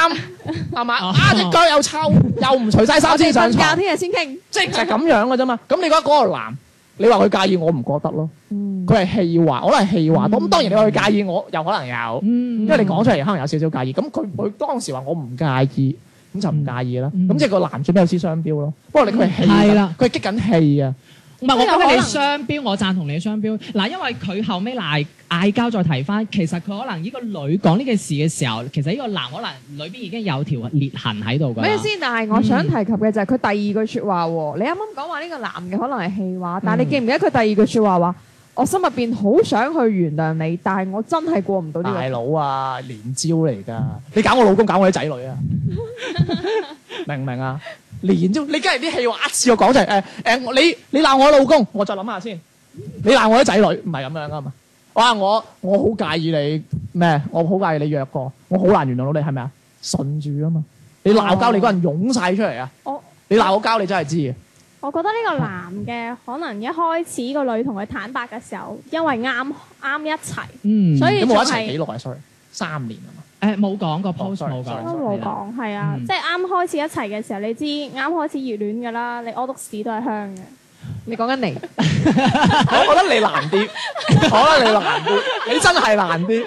S2: 係嘛？
S1: 哦
S2: 啊隻腳又臭，又唔除晒衫先上
S3: 瞓覺
S2: 床，
S3: 聽日先傾。
S2: 即係就係咁樣嘅啫嘛。咁你覺得嗰個男，你話佢介意，我唔覺得咯。
S3: 嗯，
S2: 佢係戲話，可能係戲話多。咁、
S1: 嗯
S2: 當然你話佢介意我，又可能有，
S1: 嗯
S2: 因為你講出嚟可能有少少介意。咁佢佢當時話我唔介意，咁就唔介意啦。
S1: 嗯
S2: 咁即係個男最尾有少雙標咯。不過你佢係戲
S1: 係
S2: 㗎
S1: 啦，
S2: 佢係激緊戲啊。
S1: 唔係，我
S4: 都
S1: 覺
S4: 有可
S1: 得你
S4: 能
S1: 雙標，我贊同你雙標。嗱，因為佢後尾嗌嗌交再提翻，其實佢可能呢個女講呢件事嘅時候，其實呢個男可能裏邊已經有條裂痕喺度㗎啦。
S3: 咩先？但係我想提及嘅就係佢第二句説話喎。你啱啱講話呢個男嘅可能係戲話，但係你記唔記得佢第二句説話話？我心入邊好想去原諒你，但係我真係過唔到呢
S2: 大
S3: 個。
S2: 佬啊，連招嚟㗎！你搞我老公，搞我啲仔女 啊！明唔明啊？連招，你梗係啲戲話一次我講就係誒誒，我你你鬧我老公，我再諗下先。你鬧我啲仔女，唔係咁樣啊噶嘛？哇！我我好介意你咩？我好介意你約過，我好難原諒到你，係咪啊？順住啊嘛！你鬧交，你嗰人湧晒出嚟啊！
S4: 我
S2: 你鬧我交，你真係知嘅。
S4: 我覺得呢個男嘅可能一開始個女同佢坦白嘅時候，因為啱啱一齊，
S1: 嗯，
S4: 所以
S2: 咁
S4: 仲
S2: 我一齊幾
S4: 係
S2: 耐啊？sorry，三年啊嘛。
S1: 誒冇講個 post
S2: sorry，
S1: 冇
S2: sorry，
S1: 講，
S4: 都冇講，係啊，
S1: 嗯
S4: 即係啱開始一齊嘅時候，你知啱開始熱戀㗎啦，你屙督屎都係香嘅。
S3: 你講緊你，
S2: 我覺得你難啲，我覺得你難啲，你真係難啲。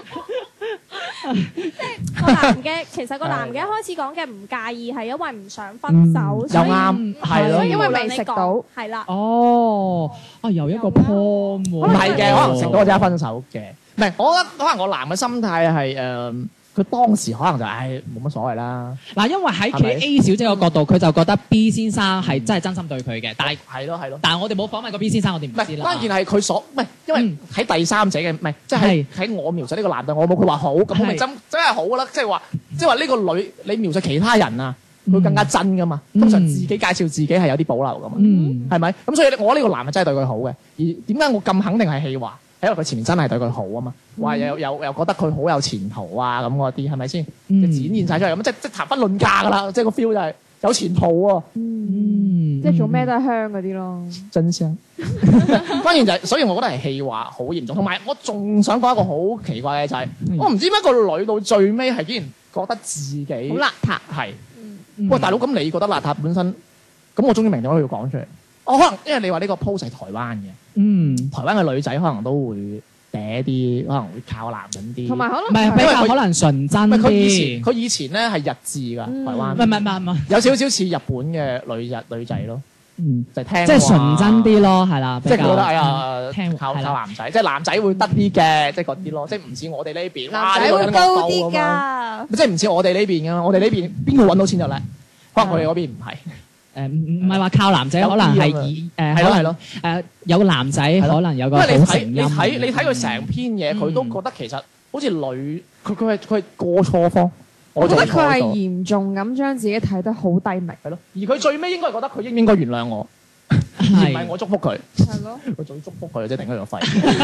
S4: 個男 嘅其實個男嘅一開始講嘅唔介意係因為唔想分手，
S2: 啊嗯
S4: 所以
S2: 又啱
S4: 嗯
S2: 係咯
S4: 所以
S3: 因為
S4: 無論
S3: 未
S4: 你
S3: 食
S4: 講
S3: 到
S4: 係啦，
S1: 哦，啊又一個
S4: 有啦
S1: point 喎，
S2: 唔係嘅，可能食到即刻分手嘅。唔係，我覺得可能我男嘅心態係誒，佢、當時可能就唉冇乜所謂啦，
S1: 嗱，因為喺
S2: 係咪
S1: A 小姐嘅角度，佢就覺得 B 先生係真係真心對佢嘅，但係
S2: 係咯係咯。
S1: 但係我哋冇訪問過 B 先生，我哋唔
S2: 唔係
S1: 知啦。
S2: 關鍵係佢所唔係，因為
S1: 嗯
S2: 喺第三者嘅唔係，即係
S1: 係
S2: 喺我描述呢個男對我冇佢話好，咁我咪
S1: 係
S2: 真真係好啦。即係話，即係話呢個女你描述其他人啊，
S1: 嗯
S2: 會更加真噶嘛。
S1: 嗯
S2: 通常自己介紹自己係有啲保留噶嘛。
S1: 嗯
S2: 係咪？咁所以呢我呢個男嘅真係對佢好嘅，而點解我咁肯定係氣話？係因為佢前面真係對佢好啊嘛，話又又又覺得佢好有前途啊咁嗰啲係咪先？就
S1: 嗯
S2: 展現晒出嚟咁，即即談婚論嫁㗎啦，即個 feel 就係有前途喎，
S3: 嗯，
S1: 嗯，
S3: 即係做咩都係香嗰啲咯。
S2: 真香。 關鍵就係、所以我覺得係氣話好嚴重，同埋我仲想講一個好奇怪嘅就係、
S1: 嗯
S2: 我唔知點解個女到最尾係竟然覺得自己
S3: 好邋遢，
S2: 係。
S1: 嗯
S2: 喂，大佬，咁你覺得邋遢本身，咁我終於明點解佢要講出嚟。我可能因為你話呢個 post 係台灣嘅。
S1: 嗯，
S2: 台灣嘅女仔可能都會嗲啲，可能會靠男人啲。
S3: 同埋可
S1: 唔
S3: 能
S1: 係
S3: 佢
S1: 比
S2: 因為
S1: 較
S2: 佢
S1: 可能純真
S2: 唔係
S1: 啲。
S2: 佢以前佢以前咧係日字㗎，
S3: 嗯
S2: 台
S1: 唔係
S2: 灣
S1: 唔係唔係唔係，
S2: 有少少似日本嘅女日女仔咯，
S1: 嗯，
S2: 就係聽話
S1: 即係純真，啲咯，係啦，
S2: 即係
S1: 比較
S2: 佢覺得哎呀
S1: 聽
S2: 靠
S1: 係
S2: 靠
S1: 啦，
S2: 男仔，即係男仔會得啲嘅，即係嗰啲咯，即係唔似我哋呢邊，
S3: 男
S2: 哇呢
S3: 仔
S2: 個
S3: 會
S2: 人
S3: 高
S2: 惡鬥
S3: 啲
S2: 咁樣，
S3: 㗎。
S2: 即係唔似我哋呢邊㗎嘛，我哋呢邊邊個揾到錢就叻，可能佢哋嗰邊唔係，
S1: 誒唔唔係話靠男仔，
S2: 有啲
S1: 可能
S2: 咁
S1: 係
S2: 啊
S1: 以誒，
S2: 係
S1: 可
S2: 咯係
S1: 能
S2: 咯。
S1: 誒有個男仔
S2: 咯
S1: 可能有
S2: 因
S1: 個好
S2: 為你睇
S1: 成
S2: 你
S1: 音
S2: 睇你睇佢成篇嘢，佢都
S1: 嗯
S2: 覺得其實好似女，佢佢係佢係過錯方，
S3: 我覺
S2: 做
S3: 得
S2: 錯
S3: 佢係
S2: 咗
S3: 嚴重咁將自己睇得好低微。
S2: 係咯，而佢最尾應該係覺得佢應唔應該原諒我，而唔係
S1: 係
S2: 我祝福佢，
S3: 係咯，
S2: 我仲要祝福佢，即係頂佢個肺。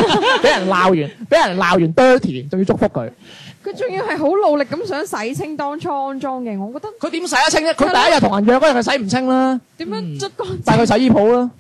S2: 俾人鬧完，俾人鬧完 dirty，仲要祝福佢。
S3: 佢仲要係好努力咁想洗清當初骯髒嘅，我覺得
S2: 佢點洗得清啫？佢第一日同人約嗰日，佢洗唔清啦，
S3: 點
S1: 嗯
S3: 樣捽乾
S2: 帶
S3: 淨，
S2: 佢洗衣鋪 啦，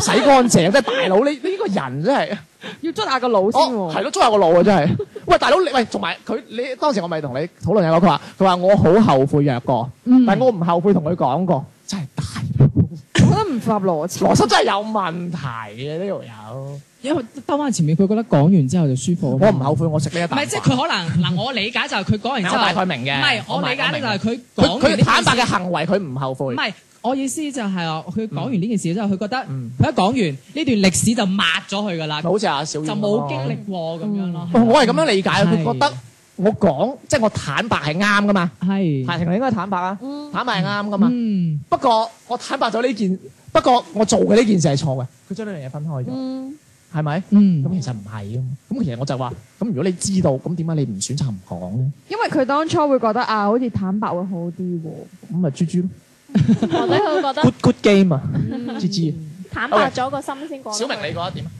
S2: 洗乾淨。即係大佬，你你呢個人真係，
S3: 要捽下個腦先
S2: 我係
S3: 喎。
S2: 咯，捉下個腦啊，真係。喂，大佬，你喂，同埋佢，你當時我咪同你討論有個，佢話佢話我好後悔約過，
S1: 嗯
S2: 但我唔後悔同佢講過，真係大佬，
S3: 我覺得唔符合邏輯。
S2: 邏輯真係有問題嘅呢條友。
S1: 因為兜翻前面，佢覺得講完之後就舒服。
S2: 我唔後悔，我食呢一
S1: 唔
S2: 啖飯。
S1: 係即係佢可能嗱，我理解就係佢講完之
S2: 我大
S1: 後，
S2: 概明
S1: 唔
S2: 嘅。
S1: 係我理解咧就係佢講完呢
S2: 佢佢
S1: 件
S2: 坦白嘅
S1: 事
S2: 行為，佢唔後悔
S1: 唔。係我意思就係話佢講完呢件事之後，佢覺得
S2: 嗯，
S1: 佢一講完呢段歷史就抹咗佢㗎啦，
S2: 好似阿小
S1: 就
S2: 燕
S1: 冇
S2: 咁咯
S1: 經。歷過咁樣咯。
S2: 我係咁樣理解，佢
S1: 係
S2: 覺得我講即係我坦白係啱噶嘛，夏
S1: 係，
S2: 婷你應該坦白啊，
S3: 嗯，
S2: 坦白係啱噶啊嘛。
S1: 嗯
S2: 不過我坦白咗呢件，不過我做嘅呢件事係錯嘅。佢將呢樣嘢分開咗，
S3: 嗯，
S2: 係咪？
S1: 嗯
S2: 咁其實唔係啊噶嘛。咁其實我就話，咁如果你知道，咁點解你唔選擇唔講咧？
S3: 因為佢當初會覺得啊，好似坦白會好啲喎。
S2: 咁咪豬豬咯
S4: 或者佢會覺得
S2: ，good good game à? 啊，豬豬。
S4: 坦白咗個心先講。
S2: 覺得點啊？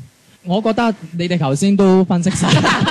S1: 我覺得你哋頭先都分析晒，我真係冇嘢講啦。
S2: 呢啲呢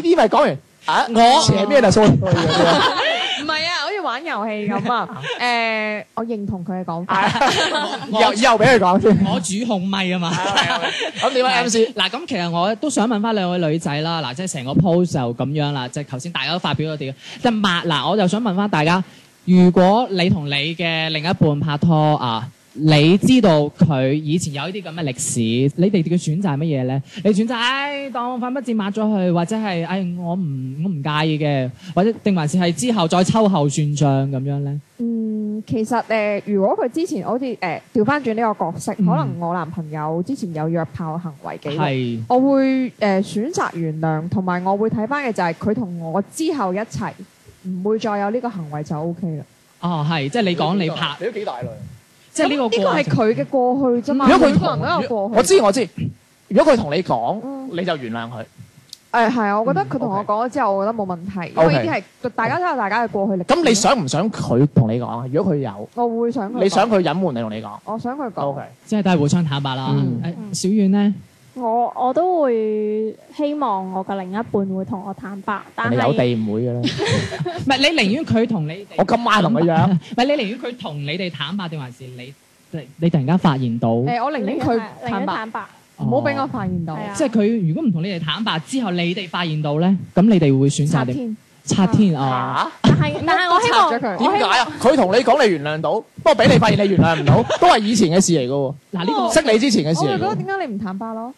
S2: 啲咪講完啊！我前面就蘇林嘅啫。
S3: 唔係啊，好似玩遊戲 咁啊。誒，我認同佢嘅講法。
S2: 係，以後以後俾佢講先。
S1: 我主控咪啊嘛。
S2: 咁點啊，MC？
S1: 嗱，咁其實我都想問翻兩位女仔啦，嗱，即係成個 pose 就咁樣啦，即係頭先大家都發表咗哋嘅，即係抹嗱，我就想問翻大家，如果你同你嘅另一半拍拖啊，你知道佢以前有呢啲咁嘅歷史，你哋嘅選擇係乜嘢咧？你選擇唉、當粉筆字抹咗佢，或者係唉、我唔我唔介意嘅，或者定還是係之後再秋後算賬咁樣咧？
S3: 嗯，其實誒、呃如果佢之前好似誒調翻轉呢個角色，
S1: 嗯
S3: 可能我男朋友之前有約炮行為記錄，
S1: 係
S3: 我會誒、呃、選擇原諒，同埋我會睇翻嘅就係佢同我之後一齊，唔會再有呢個行為就 O K 啦。
S1: 哦，係即係你講你拍，
S2: 你都幾大類。
S1: 即係呢個
S3: 呢個
S1: 過
S3: 係
S1: 程
S3: 佢嘅過去啫嘛，
S2: 如果佢
S3: 每個人
S2: 同
S3: 都有過去。
S2: 我知我知，如果佢同你講
S3: 嗯，
S2: 你就原諒佢。
S3: 誒係啊，我覺得佢同
S2: 嗯
S3: 我
S2: ，OK
S3: 講咗之後，我覺得冇問題，因為呢
S2: OK
S3: 啲係大家都有大家嘅過去歷史。
S2: 咁你想唔想佢同你講啊？如果佢有，
S3: 我會想佢講
S2: 你想佢隱瞞你同你講
S3: 我想佢
S2: ？O
S3: 講
S2: K。
S1: 即係都係互相坦白啦。
S2: 嗯
S1: 誒小遠咧，
S4: 我我都會希望我嘅另一半會同我坦白，但
S2: 你有
S4: 係
S2: 地唔會嘅啦。
S1: 唔係你寧願佢同你哋
S2: 我今晚同佢約，
S1: 唔係你寧願佢同你哋坦白，定還是你你你突然間發現到？
S3: 誒，我寧願佢
S4: 寧
S3: 坦
S4: 願
S3: 白，
S4: 坦白，
S3: 唔好俾我發現到
S4: 係。啊
S1: 即係佢如果唔同你哋坦白之後，你哋發現到咧，咁你哋會選擇
S3: 拆
S1: 點
S3: 天，
S1: 拆天啊？
S2: 嚇？
S4: 但係 但係我希望
S3: 拆咗佢
S4: 我希望
S2: 點解啊？佢同你講你原諒到，不過俾你發現你原諒唔到，都係以前嘅事嚟嘅
S1: 嗱呢個
S2: 喎，識你之前嘅
S3: 我
S2: 事
S3: 會
S2: 嚟
S3: 覺得
S2: 嘅
S3: 點解你唔坦白咯？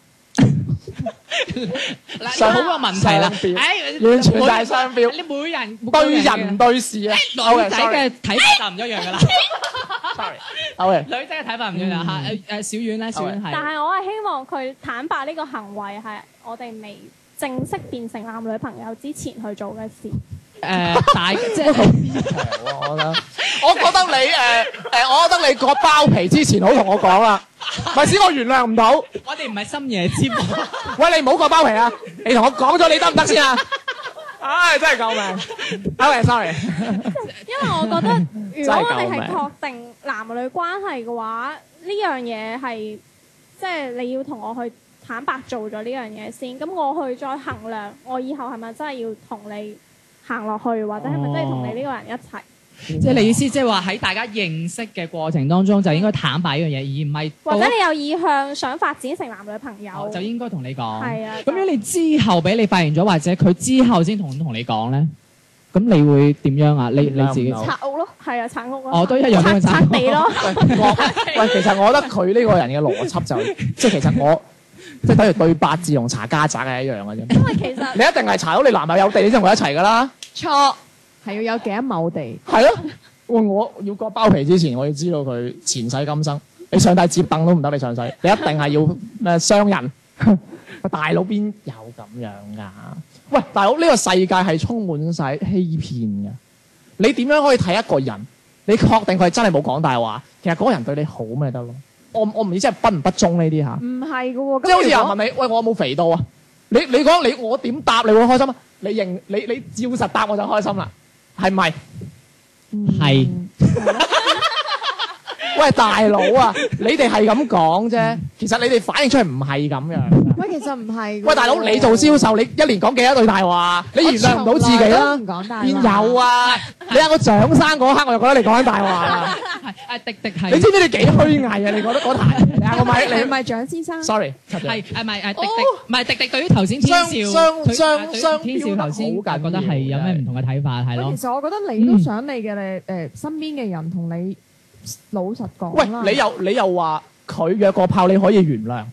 S1: 嗱呢個好個問題啦
S2: 雙
S1: 誒
S2: 標。喎，完全就係雙標，
S1: 你每人
S2: 對人唔對事啊。
S1: 女仔嘅睇法就唔一樣㗎啦，
S2: ，sorry，sorry，
S1: 女仔嘅睇法唔一樣嚇。誒誒，小遠咧，小遠
S4: 但
S1: 係
S4: 係我係希望佢坦白呢個行為係我哋未正式變成男女朋友之前去做嘅事。
S1: 誒 大即係
S2: 我覺得，我覺得你誒誒，我覺得你割包皮之前好同我講啦，咪使我原諒唔到。
S1: 我哋唔係深夜 節目。
S2: 喂，你唔好割包皮啊！你同我講咗你得唔得先啊？唉，真係救命！sorry，sorry，
S4: 因為我覺得如果我哋
S2: 真係
S4: 係
S2: 救
S4: 確定男女關係嘅話，呢樣嘢係即係你要同我去坦白做咗呢樣嘢先，咁我去再衡量我以後係咪真係要同你行落去，或者係
S1: 哦
S4: 咪真係同你呢個人一齊？
S1: 即係你意思，即係話喺大家認識嘅過程當中，就應該坦白呢樣嘢，而唔係
S4: 或
S1: 到
S4: 者你有意向想發展成男女朋友，
S1: 哦就應該同你講。
S4: 係啊
S1: 咁樣你之後俾你發現咗，或者佢之後先同同你講咧，咁你會點樣啊？你你自己
S2: 嗯
S4: 拆屋咯，係啊，拆屋咯，
S1: 哦都一樣都係
S4: 拆
S1: 拆
S4: 拆
S1: 屋
S4: 地咯。
S2: 喂，我喂，其實我覺得佢呢個人嘅邏輯就即係其實我即係等於對八字同查家宅係一樣嘅啫。
S4: 因為其實
S2: 你一定係查到你男朋友有地，你先同佢一齊噶啦。
S3: 錯，係要有幾多亩地？
S2: 係啊咯，喂，我要割包皮之前，我要知道佢前世今生。你上帝接凳都唔得，你上世，你一定係要咩商人？ 大佬邊有咁樣噶？喂，大佬呢、個世界係充滿晒欺騙嘅。你點樣可以睇一個人？你確定佢係真係冇講大話？其實嗰個人對你好咪得咯？我唔我唔知即係不唔不忠呢啲嚇。
S3: 唔係嘅喎，
S2: 即係好似有人問
S3: 咪
S2: 你，喂，我有冇肥到啊？你你講你我點答你會開心啊？你認你你照實答我就開心啦，係咪？
S1: 係
S2: 喂，大佬啊，你哋係咁講啫，其實你哋反映出嚟唔係咁樣。啊
S3: 喂，其實唔係嘅。
S2: 喂，大佬，你做銷售，你一年講幾多對大話？你原諒唔到自己啦
S3: 我從來都唔，講大話
S2: 邊有啊？你喺我長生嗰刻，我就覺得你講緊大話。
S1: 係誒，迪迪
S2: 你
S1: 係
S2: 知唔知你幾虛偽啊？你覺得嗰壇嘢，你嗌我咪
S3: 你
S2: 你
S3: 係咪蔣先 生？
S2: ，sorry，cut 咗
S1: 係誒，唔係誒，迪迪唔係迪迪。對於頭先天少，
S2: 雙
S1: 佢
S2: 雙
S1: 啊對於
S2: 雙
S1: 天少頭先
S2: 標得好緊
S1: 覺得係有咩唔同嘅睇法係咯
S3: 喂，？其實我覺得你都
S1: 嗯
S3: 想你嘅誒、身邊嘅人同你老實講啦。
S2: 喂，你又你又話佢約過炮，你可以原諒，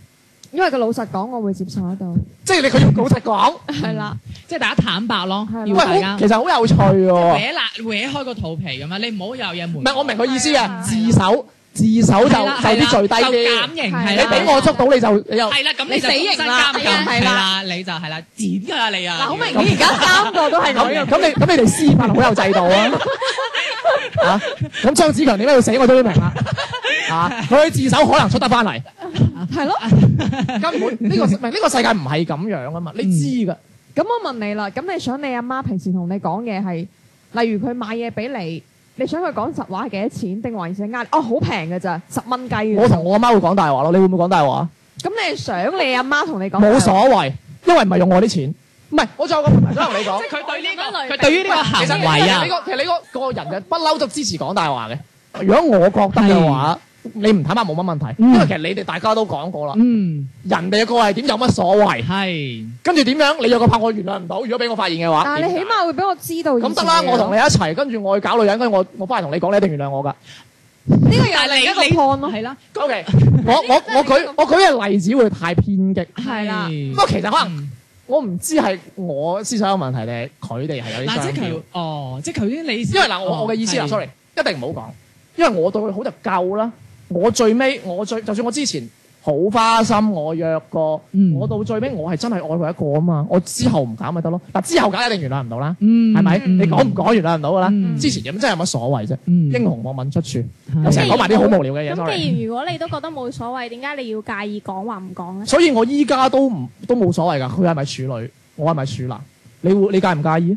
S3: 因為佢老實講，我會接受得到。
S2: 即係你佢要老實講。
S3: 係啦，
S1: 即係大家坦白咯，
S3: 係
S1: 要
S2: 喂，
S1: 大
S2: 好
S1: 家
S2: 其實好有趣喎。
S1: 搲辣搲開個肚皮咁啊！你唔好有嘢瞞。
S2: 唔係，我明佢意思
S4: 係
S2: 啊，
S4: 啊
S2: 自首自首就就
S1: 係啦係啦
S2: 啲最低
S1: 就
S2: 啲。
S1: 減刑
S3: 係
S1: 係
S2: 你
S1: 啦
S3: 啦。
S2: 俾我捉到你就你又
S1: 係啦，咁
S3: 你
S1: 就
S3: 死
S1: 終身
S3: 刑啦係啊
S1: 監禁
S3: 係
S1: 係
S3: 啦
S1: 啦，你就係啦，剪㗎啦你啊！
S3: 嗱，好明顯而 家三個都係咁
S2: 咁
S3: 樣。
S2: 啊咁你咁你哋司法好有制度 啊！嚇咁張子強點解要死我都明啦嚇，佢自首可能出得翻嚟，
S3: 係咯。
S2: 根本呢個唔係呢個世界唔係咁樣啊嘛，
S1: 嗯
S2: 你知㗎。
S3: 咁我問你啦，咁你想你阿媽平時同你講嘢係，例如佢買嘢俾你，你想佢講實話係幾多錢，定還是呃你？哦，好平嘅咋，十蚊雞嘅咋。
S2: 我同我阿媽會講大話咯，你會唔會講大話？啊
S3: 咁你係想你阿媽同你講
S2: 冇所謂，因為唔係用我啲錢。唔係，我仲有個問題想同 你講
S1: 即。係佢對呢
S4: 咁樣類
S1: 個佢
S4: 比
S1: 對於呢個行為啊
S2: 其實你。個其實你個個人就不嬲都支持講大話嘅。如果我覺得嘅話，你唔坦白冇乜問題，
S1: 嗯
S2: 因為其實你哋大家都講過啦，
S1: 嗯，
S2: 人哋嘅個係點有乜所謂？
S1: 係
S2: 跟住點樣？你有個拍我原諒唔到，如果俾我發現嘅話，
S1: 啊
S3: 但係你起碼會俾我知道以前
S2: 咁
S3: 嘅嘢咯。
S2: 得啦，我同你一齊，跟住我去搞女人，跟住我我翻嚟同你講，你一定原諒我㗎。
S3: 呢個又
S1: 但係
S3: 係另一個
S1: 你你
S3: point 咯，
S1: 係啦，
S2: O K，我我我舉我舉嘅例子會太偏激。
S3: 係啦
S1: 嗯
S2: 不過其實可能
S1: 能
S2: 我唔知係我思想有問題定係佢哋係有啲
S1: 嗱，
S2: 爭
S1: 即係哦
S2: 議
S1: 佢。哦，即係頭先你
S2: 因為嗱，我我嘅意思嗱，sorry，一啊定唔好講，因為我對佢好就夠啦。我最尾我最就算我之前好花心，我約過，
S1: 嗯
S2: 我到最尾我係真係愛過一個啊嘛。我之後唔搞咪得咯。嗱，之後搞一定原諒唔到啦，
S1: 嗯，
S2: 係咪？
S1: 嗯
S2: 你講唔啊講原諒唔到噶啦？
S1: 嗯
S2: 之前咁真係有乜所謂啫？
S1: 嗯
S2: 英雄莫問出處，
S1: 係
S2: 我成日講埋啲好無聊嘅
S1: 啊
S2: 嘢
S4: 咁
S2: ，sorry。
S4: 既然如果你都覺得冇所謂，點解你要介意講話唔講咧？
S2: 所以我依家都唔都冇所謂㗎。佢係咪處女？我係咪處男？你會你介唔介意？啊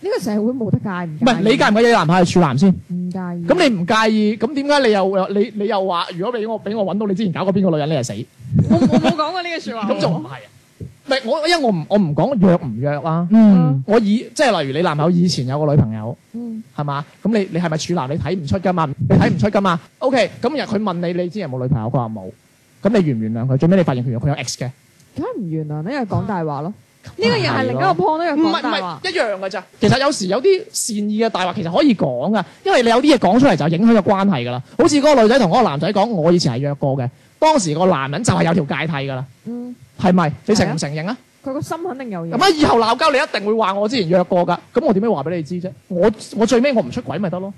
S3: 呢個社會冇得介唔
S2: 唔係你介唔介意你男朋友係處男先？
S3: 唔介意？
S2: 咁你唔介意？咁點解你又你你又話如果俾我俾我揾到你之前搞過邊個女人，你係死？
S3: 我我冇講過呢句説話
S2: 咁仲唔係啊？唔係我因為我唔我唔講約唔約啦。
S1: 嗯
S2: 我以即係例如你男朋友以前有個女朋友
S3: 嗯
S2: 係嘛？咁你你係咪處男？你睇唔出㗎嘛？你睇唔出㗎嘛？OK，咁日佢問你你之前有冇女朋友，佢話冇。咁你原唔原諒佢？最尾你發現佢有佢有 X 嘅。
S3: 梗係唔原諒，呢個講大話咯。呢個又係另一個 point，呢
S2: 唔
S3: 個
S2: 係
S3: 講
S2: 唔
S3: 大
S2: 係
S3: 話。
S2: 一樣㗎咋？其實有時有啲善意嘅大話其實可以講㗎，因為你有啲嘢講出嚟就影響個關係㗎啦。好似嗰個女仔同嗰個男仔講，我以前係約過嘅，當時個男人就係有條界替㗎啦，
S3: 嗯，
S2: 係咪？你
S3: 係
S2: 承
S3: 啊
S2: 唔承認啊？
S3: 佢個心肯定有
S2: 咁
S3: 嘢。
S2: 啊，以後鬧交你一定會話我之前約過㗎，咁我點樣話俾你知啫？我我最尾我唔出軌咪得咯。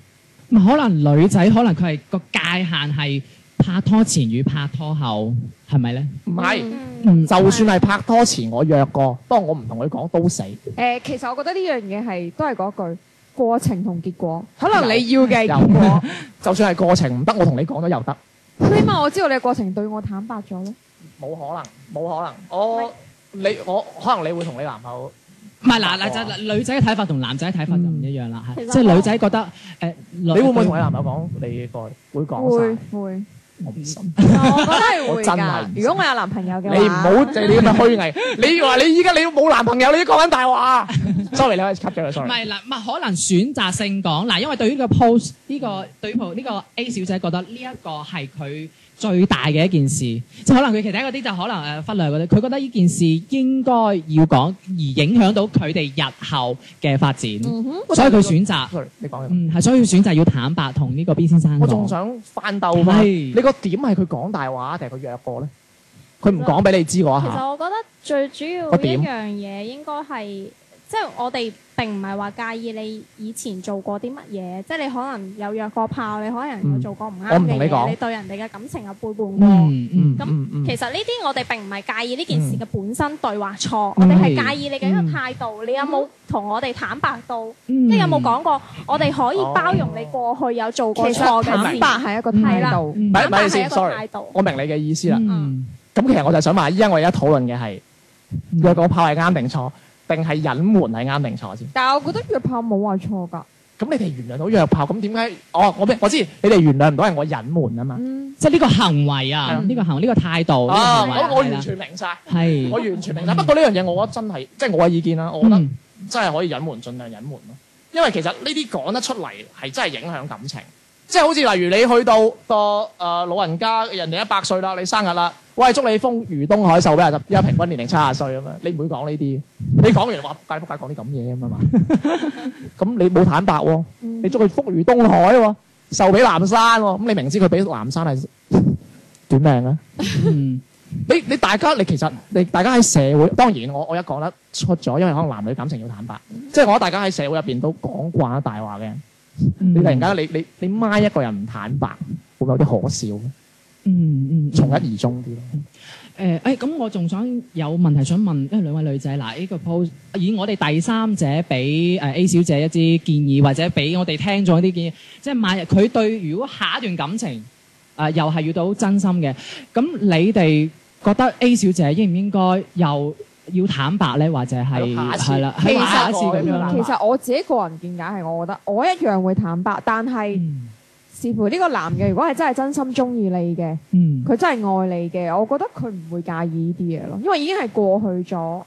S1: 唔係可能女仔可能佢係個界限係拍拖前與拍拖後，係咪咧？
S2: 唔係，
S4: 嗯，
S1: 嗯，
S2: 就算係拍拖前我約過，當我唔同佢講都死。
S3: 誒，呃其實我覺得呢樣嘢係都係嗰句過程同結果，可能
S2: 有
S3: 你要嘅
S2: 有
S3: 結果，
S2: 就算係過程唔得，我同你講咗又得。
S3: 起碼我知道你嘅過程對我坦白咗咯。
S2: 冇可能，冇可能。我你我可能你會同你男朋友。
S1: 唔係嗱嗱就女仔嘅睇法同男仔嘅睇法就唔一樣啦，係
S4: 其實
S1: 即係女仔覺得誒，你
S2: 你會唔會同你男朋友講你個會
S3: 會
S2: 講晒？
S3: 會，
S2: 我唔信。
S3: 我覺得係
S2: 我
S3: 會
S2: 真係唔
S3: 㗎。
S2: 信
S3: 如果我有男朋友嘅
S2: 你唔
S3: 話，
S2: 好就係你咁嘅虛偽。你話你依家你冇男朋友，你都講緊大話。sorry，你可以 cut 咗佢
S1: 唔
S2: ，sorry。
S1: 係嗱，唔係可能選擇性講嗱，因為對於呢個 post 呢、個對於 po- 呢個 A 小姐覺得呢一個係佢最大嘅一件事，即係可能佢其他嗰啲就可能誒忽略嗰啲，佢覺得呢件事應該要講，而影響到佢哋日後嘅發展，
S3: 嗯哼，
S1: 所以佢選擇
S2: sorry，你講嘢。
S1: 嗯係，所以佢選擇要坦白同呢個 B 先生
S2: 我仲
S1: 講。
S2: 想翻鬥翻。
S1: 係
S2: 你個點係佢講大話定係佢約過咧？佢唔講俾你知嗰一
S4: 其
S2: 下，
S4: 實我覺得最主要
S2: 個啊
S4: 一
S2: 點
S4: 樣嘢應該係，即係我哋並唔係話介意你以前做過啲乜嘢，即係你可能有約過炮，你可能有做過唔
S2: 嗯
S4: 啱
S2: 我唔同你
S4: 嘅
S2: 講
S4: 嘢，你對人哋嘅感情有背叛過。
S1: 嗯嗯
S4: 咁
S2: 嗯嗯
S4: 其實呢啲我哋並唔係介意呢件事嘅本身對或錯，
S1: 嗯
S4: 我哋係介意你嘅一個態度，你有冇同我哋坦白到，
S1: 嗯
S4: 即係有冇講過我哋可以包容你過去有做過
S3: 其
S4: 錯
S3: 實
S4: 嘅
S3: 坦
S4: 事
S3: 白，係一個態度。
S1: 嗯
S2: 咪
S4: 坦白
S2: 咪
S4: 係一
S2: 先
S4: 個
S2: ，sorry
S4: 態。度。
S2: 我明你嘅意思啦。
S1: 嗯
S2: 咁其實我就想話，依家我而家討論嘅係約個炮係啱定錯，定係隱瞞係啱定錯先。
S3: 但係我覺得約炮冇話錯㗎。
S2: 咁你哋原諒到約炮，咁點解？哦，我明我知，你哋原諒唔到係我隱瞞啊嘛。
S3: 嗯，
S1: 即係呢個行為啊，
S2: 嗯
S1: 呢個行為呢個態度，呢個
S2: 啊，
S1: 行為
S2: 我我
S1: 係啦
S2: 完全明晒，
S1: 係
S2: 我完全明晒。不過呢樣嘢，我覺得真係，即係我嘅意見啦，我覺得
S1: 嗯
S2: 真係可以隱瞞，盡量隱瞞咯。因為其實呢啲講得出嚟係真係影響感情，即係好似例如你去到個誒、呃老人家，人哋一百歲啦，你生日啦，喂，祝你風如東海，壽比南山，而家平均年齡七廿歲咁樣，你唔會講呢啲，你講完話仆街仆街講啲咁嘢咁啊嘛，咁你冇坦白喎、你
S3: 你
S2: 祝佢福如東海喎、壽比南山喎、咁你明知佢比南山係短命啊？
S1: 嗯
S2: 你你大家你其實你大家喺社會，當然我我一講得出咗，因為可能男女感情要坦白，即係我覺得大家喺社會入邊都講慣咗大話嘅。
S1: 嗯
S2: 你突然間你你你孖一個人唔坦白，會唔會有啲可笑？
S1: 嗯嗯
S2: 從一而終啲咯。
S1: 誒，誒咁我仲想有問題想問，因為兩位女仔嗱，呢個 post 以我哋第三者俾誒 A 小姐一啲建議，或者俾我哋聽咗一啲建議，即係萬一佢對如果下一段感情啊、又係遇到真心嘅，咁你哋覺得 A 小姐應唔應該又要坦白咧，或者係
S2: 係咯下一次
S1: 係啦，
S2: 其
S1: 係
S2: 實
S1: 下一次咁
S2: 我
S1: 樣啦
S3: 嗯其實我自己個人見解係，我覺得我一樣會坦白，但係
S1: 嗯
S3: 視乎呢個男嘅，如果係真係真心中意你嘅，
S1: 嗯
S3: 佢真係愛你嘅，我覺得佢唔會介意呢啲嘢咯，因為已經係過去咗，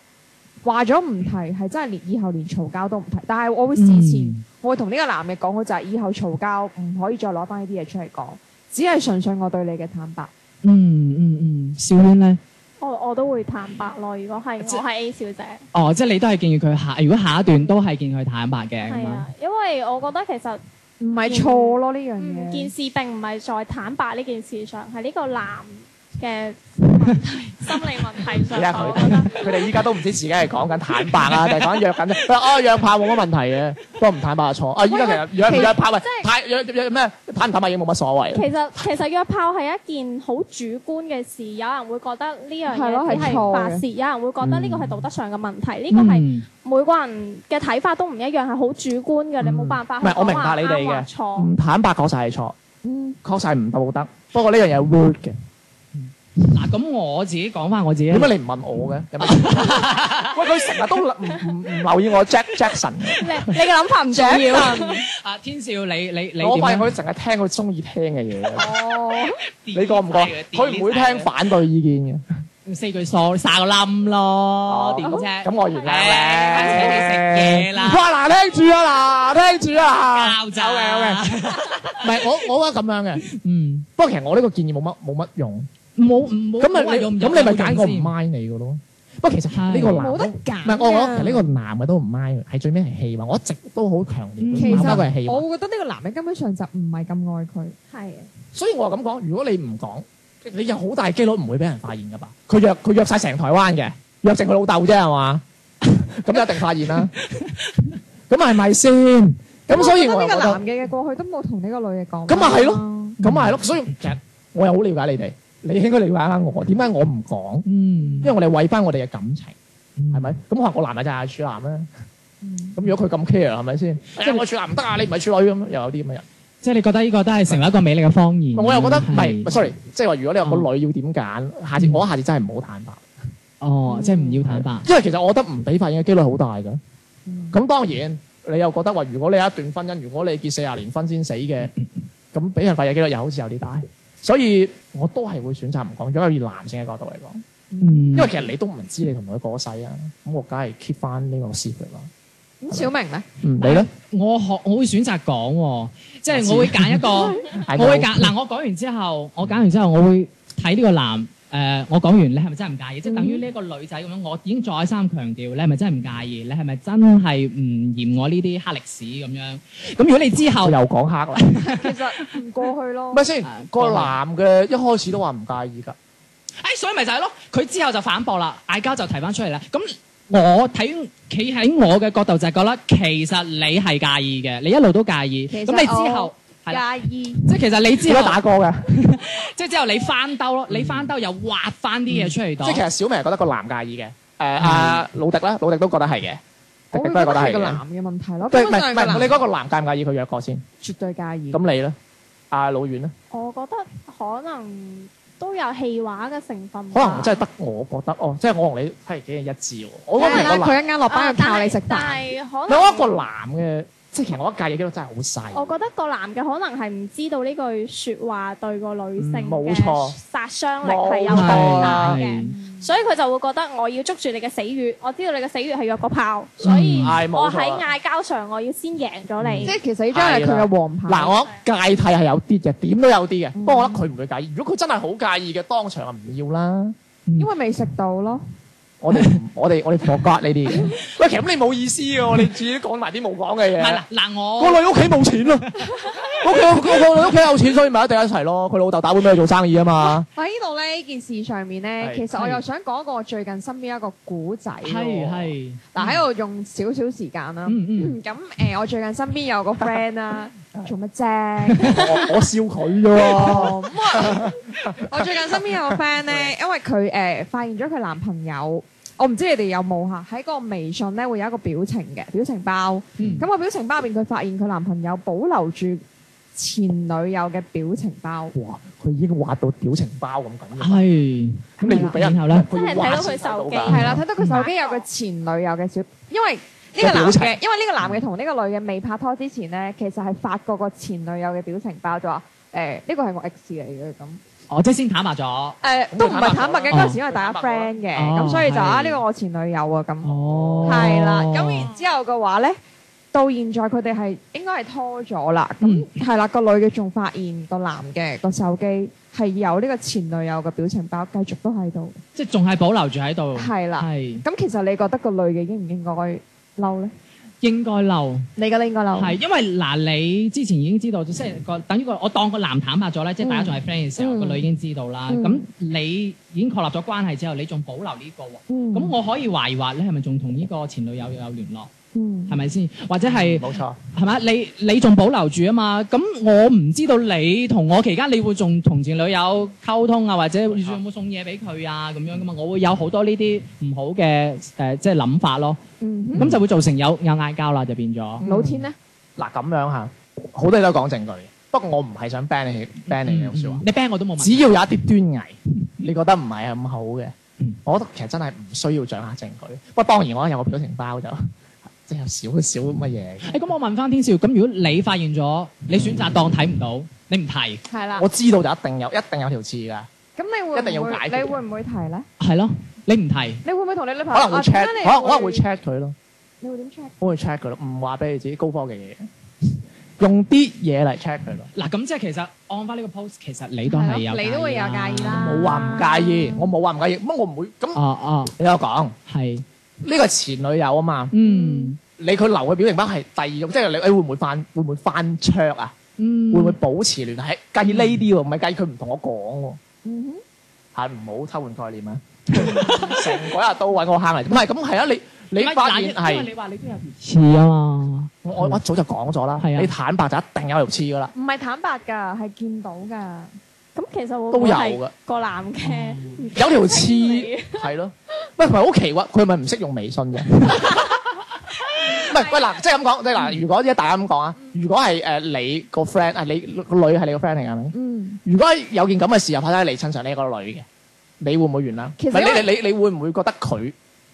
S3: 話咗唔提，係真係連以後連嘈交都唔提。但係我會事前，
S1: 嗯
S3: 我會同呢個男嘅講好就係以後嘈交唔可以再攞翻呢啲嘢出嚟講，只係純粹我對你嘅坦白。
S1: 嗯嗯嗯，小娟咧，
S4: 我我都會坦白咯，如果係我係 A 小姐。
S1: 哦，即係你都係建議佢下，如果下一段都係建議佢坦白嘅咁
S4: 係啊
S1: 樣
S4: 啊，因為我覺得其實
S3: 唔係錯咯呢樣
S4: 嗯，
S3: 嘢。
S4: 件事並唔係在坦白呢件事上，係呢個男嘅問題心 理問題
S2: 而家
S4: 上，
S2: 佢
S4: 我覺得
S2: 啊佢哋依家都唔知自己係講緊坦白啊，定係講緊約緊啫。佢話啊約炮冇乜問題嘅，不過唔坦白就錯。啊依家其實約唔約炮喂，
S4: 即係
S2: 太約約咩坦唔坦白已經冇乜所謂。
S4: 其實其實約炮係一件好主觀嘅事，有人會覺得呢樣
S3: 係咯
S4: 嘢只
S3: 係錯嘅
S4: 係白事，有人會覺得呢個係道德上嘅問題，呢個係
S1: 嗯
S4: 每個人嘅睇法都唔一樣，係好主觀嘅，你冇辦法
S2: 嗯唔係我明白
S4: 話
S2: 你哋
S4: 啱
S2: 嘅嗯
S4: 或錯。
S2: 唔坦白確實係錯，
S3: 嗯
S2: 確實係唔道德。不過呢樣嘢係 word 嘅，
S1: 嗱，咁我自己講翻我自己
S2: 點解你唔問我嘅？有咩喂，佢成日都唔唔唔留意我 Jack Jackson 嘅。
S4: 你你嘅諗法唔重要。
S1: 啊，天少，你你你
S2: 我
S1: 點
S2: 發現
S1: 樣
S2: 佢成日聽佢中意聽嘅嘢，
S3: 哦，
S1: 你
S2: 你覺唔覺？佢唔會聽反對意見
S1: 四句數，撒個冧咯，點
S2: 嘅。
S1: 啫？
S2: 哦咁我原諒
S1: 唉
S2: 你。
S1: 翻屋企食嘢啦
S2: 哇！嗱，聽住啊！嗱，聽住啊！
S1: 交
S2: 嗱，
S1: 咋
S2: 好嘅好嘅。唔係我我覺得咁樣嘅，
S1: 嗯，
S2: 不過其實我呢個建議冇乜冇乜用。
S1: 冇冇
S2: 咁咪
S1: 冇話用唔
S2: 你
S1: 用
S2: 咁你咪
S1: 有冇
S2: 揀
S1: 用
S2: 個唔
S1: 先
S2: mind 你嘅咯。不過其實
S1: 係
S2: 呢個男
S3: 冇得
S2: 都
S3: 揀啊。
S2: 唔係我我其實呢個男嘅都唔 mind，係最尾係氣話。我一直都好強
S1: 嗯
S2: 烈，
S3: 其
S2: 男嘅係氣
S3: 實
S2: 話。
S3: 我會覺得呢個男人根本上就唔係咁愛佢。
S4: 係。啊
S2: 所以我咁講，如果你唔講，你有好大機率唔會俾人發現噶吧？佢約佢約曬成台灣嘅，約剩佢老豆啫係嘛？ 咁一定發現啦。咁係咪先？咁所以我
S3: 覺
S2: 又覺
S3: 得呢個男
S2: 得，
S3: 嘅嘅過去都冇同呢個女嘅講。
S2: 咁咪係咯，咁咪係咯。所以其實我又好了解你哋，你應該了解下我。點解我唔講？
S1: 嗯
S2: 因為我哋為翻我哋嘅感情，
S1: 係
S2: 係咪？咁可能我男咪就係處男啦。
S3: 嗯
S2: 咁如果佢咁 care 係咪先？即係我處男唔得啊，你唔係處女咁，又有啲咁嘅人。
S1: 即係你覺得呢個都係成為一個美麗嘅謊言。
S2: 我又覺得唔
S1: 係
S2: 係，sorry，即係話如果你話個女要點揀，下次我下次真係唔好坦白。
S1: 哦，即係唔要坦白。
S2: 因為其實我覺得唔俾發現嘅機率好大嘅。咁、
S3: 嗯
S2: 當然你又覺得話，如果你有一段婚姻，如果你結四十年婚先死嘅，咁俾人發現嘅機率又好似有啲大。所以我都係會選擇唔講，如果以男性嘅角度嚟講，
S1: 嗯
S2: 因為其實你都唔知你同佢過世啊，咁我梗係 keep 翻呢個 secret 啦。
S3: 咁小明咧，
S2: 嗯，你咧？
S1: 我學我會選擇講喎，即係我會揀一個， 我會揀嗱，我講完之後，我揀完之後，我會睇呢個男。誒、我講完你係咪真係唔介意？即係等於呢一個女仔咁樣，我已經再三強調，你係咪真係唔介意？你係咪真係唔嫌我呢啲黑歷史咁樣？咁如果你之後
S2: 我又講黑啦，
S3: 其實唔過去咯。
S2: 咪先
S1: 啊
S2: 個男嘅一開始都話唔介意㗎，
S1: 哎，所以咪就係咯，佢之後就反駁啦，嗌交就提翻出嚟啦。咁我睇企喺我嘅角度就係覺得，其實你係介意嘅，你一路都介意。
S3: 其實
S1: 咁你之後係啦，
S4: 介意。
S1: 即係其實你之
S2: 點解
S1: 後
S2: 打過嘅？
S1: 即係之後你翻兜咯，你翻兜又挖翻啲嘢出嚟
S2: 嗯即係其
S1: 度。
S2: 實小明係覺得個男介意嘅，誒阿老迪啦，老迪都覺得係嘅，迪
S3: 我
S2: 迪
S3: 會
S2: 都
S3: 覺
S2: 係
S3: 得
S2: 覺得係
S3: 哦係個
S2: 嘅。
S3: 男嘅問題咯。
S2: 對，
S3: 根
S2: 唔係
S3: 本上
S2: 唔
S3: 個
S2: 係，你
S3: 男
S2: 嗰個男介唔介意佢約過先？
S3: 絕對介意。
S2: 咁你咧？阿老遠咧，
S4: 我覺得可能都有戲話嘅成分吧。
S2: 可能真係得我覺得哦，即係我同你係幾一致喎。我覺得
S3: 梗係
S2: 係
S3: 啦，
S2: 個男，
S3: 佢一間落班去
S4: 啊
S3: 靠你食
S4: 但
S3: 飯。
S4: 係可能
S2: 我一個男嘅，即係其實我一介意嘅機率真係好
S4: 我
S2: 細。
S4: 覺得個男嘅可能係唔知道呢句説話對個女性
S2: 嗯冇錯
S4: 嘅殺傷力係有
S2: 冇錯
S4: 多
S2: 啦
S4: 大嘅，所以佢就會覺得我要捉住你嘅死穴，我知道你嘅死穴係約個炮，所以
S2: 嗯係冇
S4: 我
S2: 錯
S4: 喺嗌交上我要先贏咗你
S3: 即。係其實呢張係佢嘅黃牌。
S2: 啊嗱，我介替係有啲嘅，點都有啲嘅。不過我覺得佢唔會介意。如果佢真係好介意嘅，當場就唔要啦。
S3: 因為未食到咯。
S2: 我哋唔我哋我哋 forget 呢啲嘢。喂，其實咁你冇意思嘅喎，你自己講埋啲冇講嘅
S1: 唔係
S2: 嘢
S1: 嗱。嗱，
S2: 個
S1: 我
S2: 女屋企冇錢咯，屋企個個女屋企有錢，所以咪一定一齊咯。佢老豆打本俾佢做生意啊嘛。
S3: 喺呢度咧，呢件事上面咧，
S2: 係
S3: 其實我又想講一個我最近身邊一個古仔喎。
S1: 係係
S3: 嗱，喺度用少少時間啦。
S1: 嗯嗯
S3: 咁誒，我最近身邊有個 friend 啦， 做乜啫？
S2: 我我笑佢 啫喎。
S3: 哦，咁啊我最近身邊有個 friend 咧，因為佢誒發現咗佢男朋友，我唔知你哋有冇嚇喺個微信咧會有一個表情嘅表情包。
S1: 嗯
S3: 咁個表情包入邊，佢發現佢男朋友保留住前女友嘅表情包。
S2: 哇！佢已經畫到表情包咁緊
S1: 啊
S2: 要，
S1: 係
S2: 咁你要俾人
S1: 然後咧
S2: 佢要畫先睇到
S4: 真係睇到佢手機
S2: 㗎
S3: 係啦，睇到佢手機有個前女友嘅小，因為呢個男
S2: 有表情
S3: 嘅，因為呢個男嘅同呢個女嘅未拍拖之前咧，其實係發過個前女友嘅表情包，就話誒呢個係我 X 嚟嘅咁。
S1: 哦，即係先坦白咗。
S3: 誒都唔係坦白嘅，
S1: 哦
S3: 嗰陣時因為大家 friend 嘅，咁所以就啊
S1: 係
S3: 呢個我前女友啊咁，
S1: 哦，
S3: 係啦。咁然之後嘅話咧，到現在佢哋係應該係拖咗啦。咁係啦，個女嘅仲發現個男嘅個手機係有呢個前女友嘅表情包，繼續都喺度。
S1: 即係仲係保留住喺度。
S3: 係啦，
S1: 係。
S3: 咁其實你覺得個女嘅應唔應該嬲咧？
S1: 應該嬲。
S3: 你嘅應該樓
S1: 係，因為嗱，你之前已經知道，即係個等於個我當個男坦白咗咧，即係大家仲係 friend 嘅時候，
S3: 嗯
S1: 個女已經知道啦。
S3: 嗯
S1: 咁你已經確立咗關係之後，你仲保留呢個喎，
S3: 嗯
S1: 咁我可以懷疑話你係咪仲同呢個前女友有聯絡，
S3: 嗯
S1: 係咪先？或者係
S2: 嗯冇錯，
S1: 係咪？你你仲保留住啊嘛？咁我唔知道你同我期間，你會仲同前女友溝通啊，或者你仲有冇送嘢俾佢啊咁樣噶嘛？我會有好多呢啲唔好嘅誒、呃即係諗法咯。
S3: 嗯哼
S1: 咁就會造成有有嗌交啦，就變咗。
S3: 老天咧，
S2: 嗱咁樣嚇，好多嘢都講證據，不過我唔係想 ban 你 ban 你嘅説話
S1: 嗯。你 ban 我都冇問
S2: 只
S1: 題。
S2: 要有一啲端倪，你覺得唔係咁好嘅
S1: 嗯，
S2: 我覺得其實真係唔需要掌握證據。不過當然我有個表情包就 即係有少少乜嘢。
S1: 誒咁、我問翻天少，咁如果你發現咗，你選擇當睇唔到，你唔提，
S3: 係啦
S1: 啊
S2: 我，知道就一定有，一定有條刺㗎，
S3: 咁你
S2: 一定
S3: 會唔
S2: 要解決
S3: 會你會唔會提咧？
S1: 係咯，你唔提，
S3: 你會唔會同你女朋
S2: 可
S3: 友
S2: 能會 check，可能可能會
S3: 會
S2: check 佢咯，
S3: 你會點 check？
S2: 我會 check 佢咯，唔話俾你自己高科技嘅嘢，用啲嘢嚟 check 佢咯。
S1: 嗱咁即係其實按翻呢個 post，其實你都係有
S3: 係咯
S1: 介意啦，
S3: 你都會有介意啦
S2: 冇話唔介意，我冇話唔介意，乜我唔會咁。
S1: 哦哦，
S2: 你有講
S1: 係，
S2: 呢個係前女友啊嘛，
S1: 嗯
S2: 你佢留嘅表情包係第二種，即係你你會唔會翻會唔會翻桌啊？
S1: 嗯，
S2: 會唔會保持聯繫？計呢啲喎，唔係計佢唔同 我講
S3: 嗯
S2: 喎，係唔好偷換概念啊！成鬼日都揾我坑嚟，唔係咁係啊！你你
S1: 唔係
S2: 發
S1: 嗱
S2: 現
S1: 因為
S2: 係
S1: 你話你都有條刺啊嘛，
S2: 我我我一早就講咗啦，
S1: 係啊
S2: 你坦白就一定有條刺噶啦，
S3: 哼，唔係坦白㗎，係見到㗎。
S4: 咁其實會唔
S2: 都
S4: 會
S2: 有
S4: 係
S2: 噶，
S4: 個男嘅唔
S2: 有條
S4: 你
S2: 刺係咯。喂，同埋好奇怪，佢係咪唔識用微信嘅？唔係，喂嗱，即係咁講，即係嗱，如果即係大家咁講啊，如果係誒你個 friend 啊，你個女係你個 friend 嚟㗎係咪？
S3: 嗯，
S2: 如果有件咁嘅事又發生喺你身上，你係個女嘅，你會唔會原諒？
S3: 其實
S2: 唔係
S3: 因
S2: 你你你你會唔會覺得佢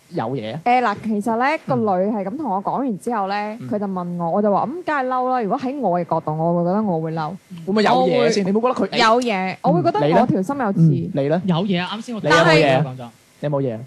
S2: 有嘢啊？
S3: 誒嗱，其實咧個
S2: 嗯
S3: 女係咁同我講完之後咧，
S2: 嗯
S3: 佢就問我，我就話咁梗係嬲啦。如果喺我嘅角度，我會覺得我會嬲，
S2: 會唔會有
S3: 我
S2: 嘢
S3: 會
S2: 先？你會唔會覺得佢誒
S3: 有嘢，我會覺
S2: 你
S3: 得
S2: 呢
S3: 我條心有
S2: 嗯
S3: 刺。
S2: 你咧？
S1: 有嘢啊，啱先我
S2: 你有冇嘢啊
S1: 講咗，
S2: 你有冇嘢？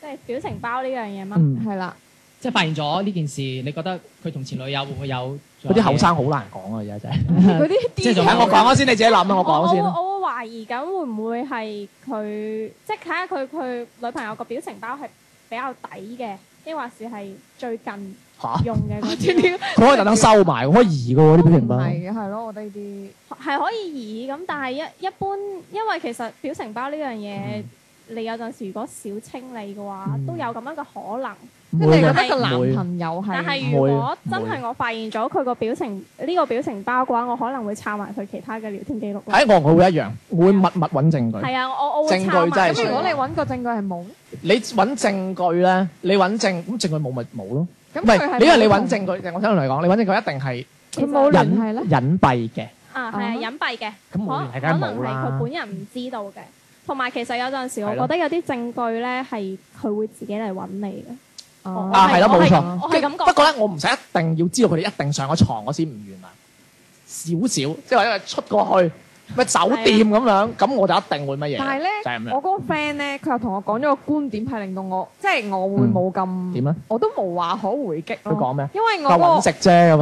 S4: 即係表情包呢樣嘢嘛？
S2: 嗯，
S3: 係啦，
S1: 即係發現咗呢件事，你覺得佢同前女友會唔會有
S2: 嗰啲後生好難講啊，而家真係。
S3: 嗰啲
S1: 即係仲
S2: 睇我講咗先，你自己諗啦，我
S4: 我
S2: 講
S4: 會
S2: 先啦。
S4: 我會懷疑緊會唔會係佢，即係睇下佢佢女朋友個表情包係比較抵嘅，抑或是係最近
S2: 嚇，
S4: 用 嘅嗰
S3: 啲
S4: 啲，
S2: 佢可以特登收埋，佢可以移嘅喎啲表
S3: 唔
S2: 情包。
S3: 係嘅，係咯，我覺得呢
S4: 係可以移咁，但係一一般，因為其實表情包呢樣嘢，你有陣時如果少清理嘅話，
S2: 嗯
S4: 都有咁樣嘅可能。
S3: 啲，即
S2: 唔
S3: 係
S2: 會
S3: 你覺
S2: 嘅
S3: 得個男
S2: 會
S3: 朋友
S4: 但
S3: 係
S4: 係
S2: 唔
S4: 如
S2: 會
S4: 果真
S2: 唔會
S4: 係我發現咗佢個表情呢、個表情包嘅話，我可能會抄埋佢其他嘅聊天記錄咯。
S2: 睇我我會一樣，我會密密揾證據。
S4: 係啊，我我會
S2: 證據
S4: 抄
S2: 真係
S3: 咁
S4: 埋。咁
S3: 如
S4: 如
S3: 果
S4: 果
S3: 你
S4: 你
S3: 揾個證據係冇，
S2: 你揾證據咧，你揾證咁證據冇咪冇咯？
S3: 咁
S2: 唔
S3: 佢
S2: 係，
S3: 係
S2: 你因為你
S3: 冇
S2: 揾證據，我想同你講，你揾證據一定係
S3: 佢冇聯繫咧
S2: 隱。隱蔽嘅。
S4: 啊係
S3: 啊
S4: 啊隱蔽嘅，
S2: 咁冇
S1: 啊
S4: 可
S2: 聯繫梗係
S4: 可
S2: 冇
S4: 能係
S2: 啦
S4: 佢本人唔知道嘅。同埋其實有陣時，我
S2: 係咯
S4: 覺得有啲證據咧係佢會自己嚟揾你嘅。
S3: 哦
S2: 啊，係咯，
S4: 我
S2: 冇
S4: 係
S2: 錯。
S4: 我係咁覺得
S2: 不過咧，我唔使一定要知道佢哋一定上咗床，我先唔原諒。少少，即係或者係出過去咩酒店咁樣，咁我就一定會乜嘢。
S3: 但係咧
S2: 就係咁樣
S3: 我嗰個 friend 咧，佢又同我講咗個觀點，係令到我即係我會冇咁
S2: 點咧？
S3: 我都無話可回擊
S2: 佢
S3: 咯。
S2: 講咩？
S3: 因為
S2: 佢話
S3: 我嗰
S2: 揾
S3: 個
S2: 食啫咁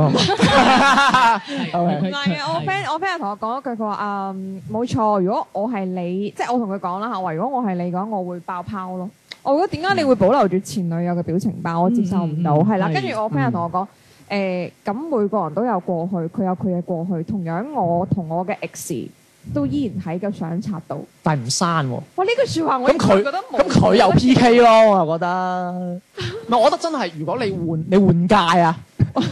S2: 啊！
S1: 佢
S3: 唔係啊，我 friend 我 friend 又同我講一句，佢話誒冇錯，如果我係你，即係我同佢講啦嚇，我話如果我係你嘅話，我會爆泡咯。我覺得點解你會保留住前女友嘅表情包，我接受唔到，
S1: 嗯嗯嗯
S3: 係啦。
S1: 係
S3: 跟住我 friend 又同我講。誒咁、每個人都有過去，佢有佢嘅過去。同樣我同我嘅 ex 都依然喺個相冊度。
S2: 但 係唔刪喎。
S3: 哇！呢句説話我
S2: 咁佢
S3: 覺得冇
S2: 咁佢又 P K 咯，我又覺得。唔係，我覺得真係，如果你換你換屆 啊，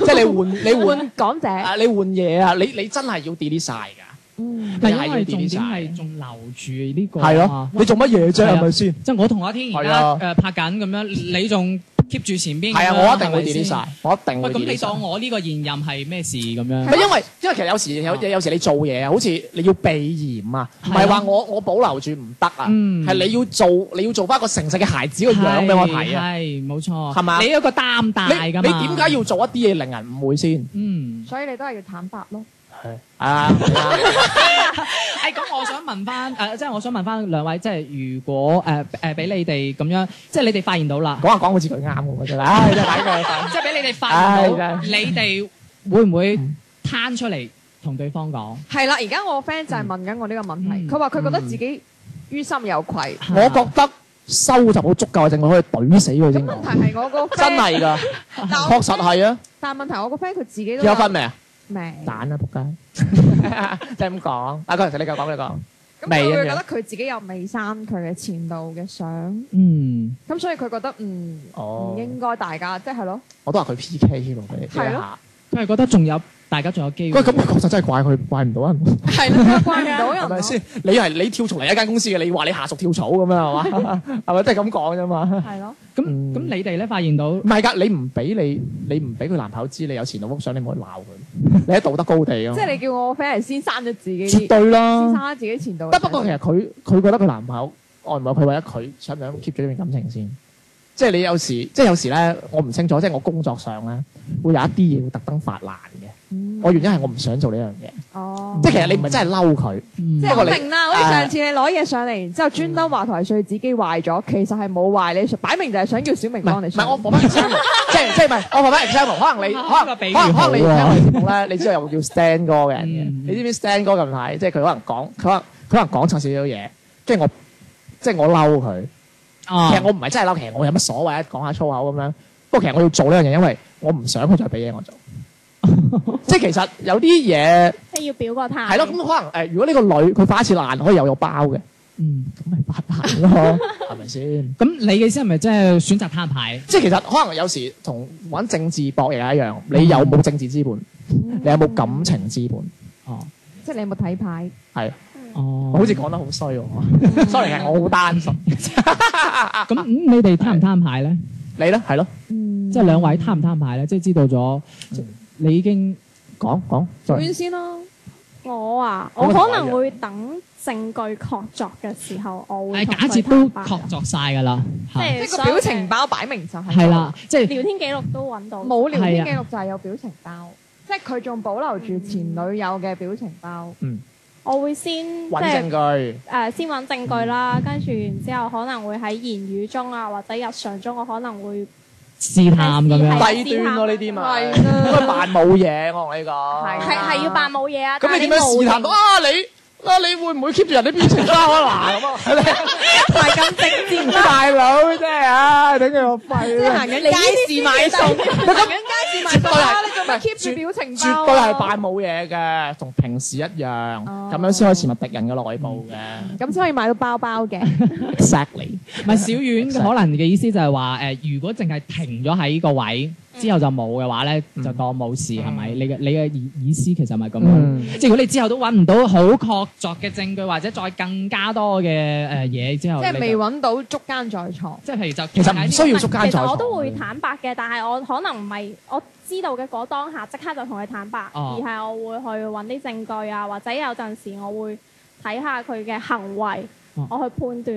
S2: 即係你換你 換
S3: 換港姐，
S2: 啊，你換嘢啊，你你真係要 delete 晒㗎。
S3: 嗯，
S1: 但因為重點係仲留住呢個
S2: 係咯
S1: 啊，
S2: 你做乜嘢啫？
S1: 係啊
S2: 係咪先？
S1: 即係我同阿天而
S2: 係
S1: 家
S2: 啊
S1: 誒拍緊咁樣，你仲 keep 住前邊咁樣。
S2: 係啊，我一定
S1: 係咪
S2: 會 delete
S1: 先
S2: 晒，。我一定
S1: 喂，
S2: 會
S1: 咁
S2: delete
S1: 你
S2: 晒。
S1: 當我呢個現任係咩事咁樣？
S2: 唔係因為因為其實有時有有時你做嘢啊，好似你要避嫌啊，唔係話我我保留住唔得啊，
S1: 嗯
S2: 係你要做你要做翻一個誠實嘅孩子個樣俾我睇啊，
S1: 係冇錯，
S2: 係嘛
S1: 你有一個擔大
S2: 你
S1: 㗎
S2: 你
S1: 嘛？
S2: 點解？要做一啲嘢令人誤會先？
S1: 嗯，
S3: 所以你都係要坦白咯。
S2: 係啊，係啊
S1: 誒咁，我想問翻誒，即係我想問翻兩位，即係如果誒誒俾你哋咁樣，即係你哋發現到啦，
S2: 講下講好似佢啱咁嘅啫，唉真係睇佢。
S1: 即係俾你哋發現
S2: 唉
S1: 到，你哋會唔會攤出嚟同對方講？
S3: 係啦，而家我 friend 就係問緊我呢個問題，
S1: 嗯
S3: 佢話佢覺得自己於心有愧，
S2: 我覺得收集好足夠嘅證據可以懟死 佢先
S3: 咁
S2: 講
S3: 問。題係我個 friend，
S2: 真係㗎，
S3: 但我
S2: 確實係啊！
S3: 但問題我個 friend 佢自己都
S2: 有分未啊？
S3: 未，
S2: 蛋啊！ 仆街，即係咁講。阿嗰陣時你夠講，你講。
S3: 咁
S2: 未
S3: 佢會
S2: 咁樣
S3: 覺得佢自己又未刪佢嘅前度嘅相，
S1: 嗯，
S3: 咁所以佢覺得唔
S2: 哦
S3: 唔，應該大家即係咯，
S2: 我都話佢 P K 添喎，佢
S3: 係咯
S2: 下。
S1: 佢係覺得仲有大家仲有機會。
S2: 喂，咁確實真係怪佢，怪唔到人，
S3: 係咯，怪唔到人啊
S2: 係咪
S3: 咯，
S2: 先？你係你跳槽嚟一間公司嘅，你話你下屬跳槽咁樣係嘛？係咪都係咁講啫 嘛？
S3: 係咯，
S1: 咁
S2: 嗯
S1: 咁你哋咧發現到
S2: 唔係㗎，你唔俾你，你唔俾佢男朋友知你有前度幅相，你唔可以鬧佢。你喺道德高地啊！
S3: 即係你叫我個 friend 係先刪咗自己，
S2: 絕
S3: 先
S2: 對啦。
S3: 刪咗自己前度嘅
S2: 得
S3: 相，
S2: 不過其實佢佢覺得佢男朋友愛唔愛佢，或者佢想唔想 keep 住呢段感情先。即係你有時，即係有時咧，我唔清楚，即係我工作上咧會有一啲嘢會特登發爛嘅。
S3: 嗯
S2: 我原因係我唔想做呢樣嘢，
S3: 哦
S2: 即係其實你唔係真係嬲佢，
S1: 嗯
S3: 即
S2: 不過
S3: 係
S2: 你
S3: 我明啦，好似上次你攞嘢上嚟，然之後專登話台碎紙機壞咗，其實係冇壞，你擺明就係想叫小明
S2: 唔係
S3: 幫你
S2: 嗯唔
S3: 上。
S2: 係我我翻 example，即係即係唔係我翻 example，可能你
S1: 啊
S2: 可
S1: 呢個
S2: 能
S1: 比喻
S2: 可能可能你聽
S1: 好啊
S2: 我哋節目 咧，你知道有個叫 Stan 哥嘅人嘅
S1: 嗯，
S2: 你知唔知 Stan 哥近排即係佢可能講佢可能佢可能講錯少少嘢，跟住我即係我嬲佢。
S1: 啊
S2: 其實我唔係真係嬲，其實我有乜所謂啊？講下粗口咁樣。不過其實我要做呢樣嘢，因為我唔想佢再俾嘢我做。即係其實有啲嘢
S4: 即係要表個態。
S2: 係咯，咁可能誒、如果呢個女佢花一次爛，可以有肉包嘅，
S1: 嗯
S2: 咁咪拜拜咯，係咪先？
S1: 咁你嘅意思係咪即係選擇攤牌？
S2: 即係其實可能有時同玩政治博弈一樣，你有冇政治資本？你有冇感情資本？
S1: 哦
S3: 即係你有冇睇牌？
S1: 哦
S2: 我好似講得好衰喎，sorry，係我好單純。
S1: 咁咁你哋攤唔攤牌咧？
S2: 你咧係咯，
S3: 嗯
S1: 即係兩位攤唔攤牌咧？即係知道咗
S2: 嗯
S1: 你已經
S2: 講講，sorry，
S3: 先先咯。
S4: 我啊，
S2: 咁
S4: 我
S2: 咪同我
S4: 可
S2: 一樣
S4: 能會等證據確鑿嘅時候，我
S1: 誒
S4: 會同
S1: 假
S4: 佢
S1: 設都
S4: 攤牌
S1: 確鑿晒㗎啦，
S4: 即
S1: 係
S4: 係
S3: 即係個表情包擺明就係
S1: 係啦，即係
S4: 聊天記錄都揾到。
S3: 冇聊天記錄就係有表情包，即係佢仲保留住前女友嘅表情包。
S4: 我會先即
S2: 揾
S4: 係
S2: 證據。
S4: 誒、先揾證據啦，跟住然之後可能會喺言語中啊，或者日常中，我可能會
S1: 試探咁樣。
S2: 低端咯呢啲咪，
S3: 啊係啊啦
S2: 應該扮冇嘢，我同你講。
S4: 係係要扮冇嘢啊。
S2: 啊咁你點樣
S4: 但係
S2: 試探
S4: 冇
S2: 到啊？你啊，你會唔會 keep 住人哋表情包啊？嗱咁啊，
S3: 唔係咁直接，啊
S2: 大佬真係啊，頂佢個肺
S3: 即係
S2: 啦！
S3: 行緊街市買餸，行緊街市買
S2: 絕對
S3: 餸啦，
S2: 係
S3: 你仲
S2: 唔係
S3: keep 住
S2: 絕
S3: 表情包
S2: 絕
S3: 啊？
S2: 對係扮冇嘢嘅，同平時一樣，
S3: 哦嗯
S2: 咁樣先可以潛入敵人嘅內部嘅。
S3: 咁，所以買到包包嘅。
S2: Exactly，
S1: 唔係小遠
S2: Exactly
S1: 可能嘅意思就係話誒，如果淨係停咗喺個
S3: 嗯
S1: 位之後就冇嘅話咧，
S2: 嗯
S1: 就當冇事係咪？
S2: 嗯
S1: 你嘅你嘅意意思其實係咪咁樣？
S2: 嗯，
S1: 即係如果你之後都揾唔到好確鑿嘅證據，或者再更加多嘅誒嘢之後，
S3: 即係
S1: 你就
S3: 未揾到捉奸在床。
S1: 即係譬如就
S2: 其實唔需要捉奸在
S4: 其實
S2: 床
S4: 我都會坦白嘅，但係我可能唔係我知道嘅嗰當下即刻就同佢坦白，
S1: 哦
S4: 而係我會去揾啲證據啊，或者有陣時我會睇下佢嘅行為，
S1: 哦
S4: 我去判斷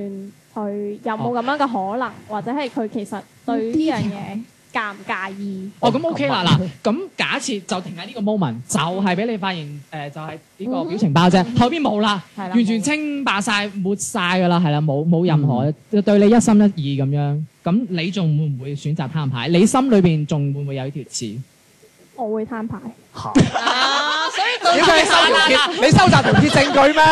S4: 佢有冇咁樣嘅可能，或者係佢其實對呢樣嘢介唔介意。
S1: 哦，咁 OK 啦嗱，咁假設就停喺呢個 moment，就係俾你發現誒、就係、呢個表情包啫，後邊冇啦，
S3: 係啦
S1: 完全
S3: 冇
S1: 清白晒、抹晒噶啦，係啦，冇冇任何、對你一心一意咁樣，咁你仲會唔會選擇攤牌？你心裏邊仲會唔會有一條刺？
S4: 我會攤牌。
S3: 啊，所以到
S2: 點解你收條鐵？你收集條鐵證據咩？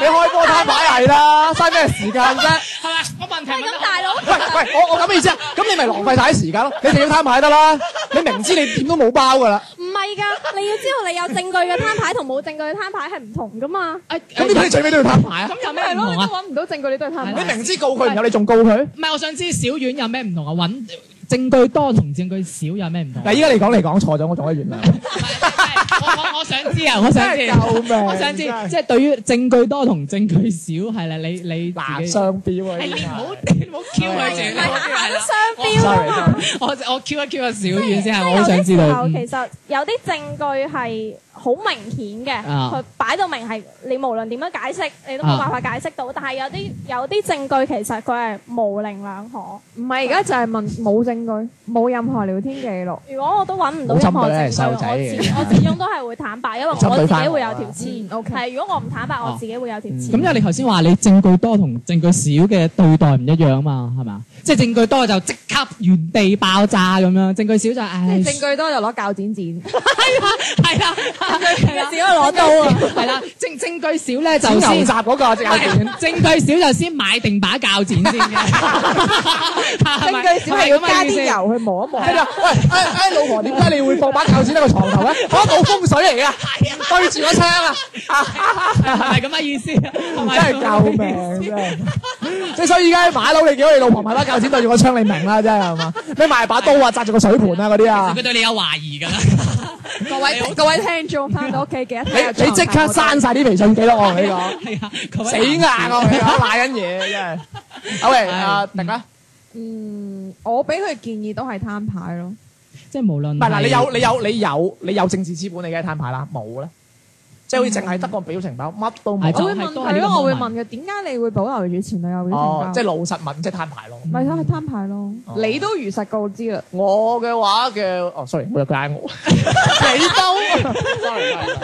S2: 你開波攤牌係啦，嘥咩時間啫？
S1: 係咪？我問題問
S4: 咁
S1: 得
S4: 大佬，
S2: 喂喂，我我咁嘅意思啊，咁你咪浪費晒啲時間咯，你就要攤牌得啦，你明知你點都冇包噶啦，
S4: 唔係㗎，你要知道你有證據嘅攤牌同冇證據嘅攤牌係唔同㗎嘛。
S1: 誒
S2: 咁點解你最尾都要攤牌啊？
S1: 咁有咩
S3: 係
S1: 唔
S3: 咯，
S1: 同
S3: 你都
S1: 啊？
S3: 揾唔到證據，你都係
S1: 係
S3: 攤
S1: 咯
S2: 你
S3: 牌。
S2: 明知告佢，然後你仲告佢？
S1: 唔係，我想知小丸有咩唔同啊？揾證據多同證據少有咩唔同啊？
S2: 嗱，依家你講你講錯咗，我仲可以原諒。
S1: 我我我想知啊！我想知
S2: 真。係救命！
S1: 我想知，
S2: 真係
S1: 即係對於證據多同證據少係啦，你你
S2: 嗱
S1: 自己
S2: 雙標啊！
S1: 係你唔好
S2: 呢
S1: 你唔好 Q 佢住，
S4: 唔係
S1: 你唔好 Q 係
S4: 下下都
S1: 啦。
S4: 雙標啊嘛。
S1: 我我 Q 一 Q 個小
S2: 啊
S1: 遠
S4: 即
S1: 先
S4: 係
S1: 係，我好想知道。
S4: 有啲時候其實有啲證據係好明顯嘅，
S1: 啊
S4: 佢擺到明係你無論點樣解釋，你都冇辦法解釋到。但係有啲有啲證據其實佢係模棱兩可。
S3: 唔係而家就係問冇證據，冇任何聊天記錄。
S4: 如果我都揾唔到
S2: 冇
S4: 任何
S2: 針對你係細路
S4: 證
S2: 仔
S4: 據，我
S2: 嚟
S4: 始
S2: 嘅
S4: 我始終都係會坦白，因為我
S2: 針對
S4: 自己
S2: 翻我
S4: 會有
S2: 啊哦嗯
S4: 條刺。
S3: 嗯，OK
S4: 係如果我唔坦白，我自己會有條刺。
S1: 咁因為你頭先話你證據多同證據少嘅對待唔一樣啊嘛，係嘛？即係證據多就即刻原地爆炸咁樣，證據少就
S3: 即
S1: 唉
S3: 係證據多就攞鉸剪剪，
S1: 係啦，
S6: 自己攞刀啊！
S1: 係啦，證證據少咧就
S2: 剪牛
S1: 先
S2: 雜嗰個隻眼
S1: 係證據少就先買定把鉸剪先 嘅，
S3: 證據只係要加啲
S1: 油。
S3: 油去磨一磨。
S2: 係啦，喂，哎哎，老婆，點解你會放把鉸剪喺個床頭咧？我冇風水嚟嘅，對住個窗啊！
S1: 係咪咁嘅意思？係咪
S2: 真係救命真係！即係所以而家馬佬，你見到你老婆買把鉸剪對住個窗，你明啦，真係係嘛？你買把刀啊，扎住個水盤啊嗰啲啊
S1: 佢，對你有懷疑㗎啦。
S3: 各位各位聽眾翻到屋企記得睇下
S2: 你你即刻
S3: 床頭
S2: 刪晒啲微信記錄我同你講。
S1: 係啊，各位
S2: 死硬啊！我同你講賴緊 嘢真係。啊喂，
S1: 係
S2: 阿迪啦，
S3: 嗯，我俾佢建議都係攤牌咯。
S1: 即係無論
S2: 唔係嗱，你有你有你有你有政治資本，你梗係攤牌啦，冇咧，即係好似淨係得個表情包，乜都
S1: 係
S3: 我
S1: 就
S2: 冇。
S3: 會
S1: 係
S3: 問
S1: 都係呢
S3: 佢
S1: 個
S3: 咯，我會
S1: 問題
S3: 問佢點解你會保留住前女友表
S2: 哦
S3: 情，
S2: 即係老
S3: 包？
S2: 實問，即係攤牌咯。
S3: 咪睇攤牌咯
S2: 哦，
S3: 你都如實告知啦。
S2: 我嘅話嘅，哦，sorry，冇 Ờ, 佢 嗌我，你都 sorry，sorry，sorry。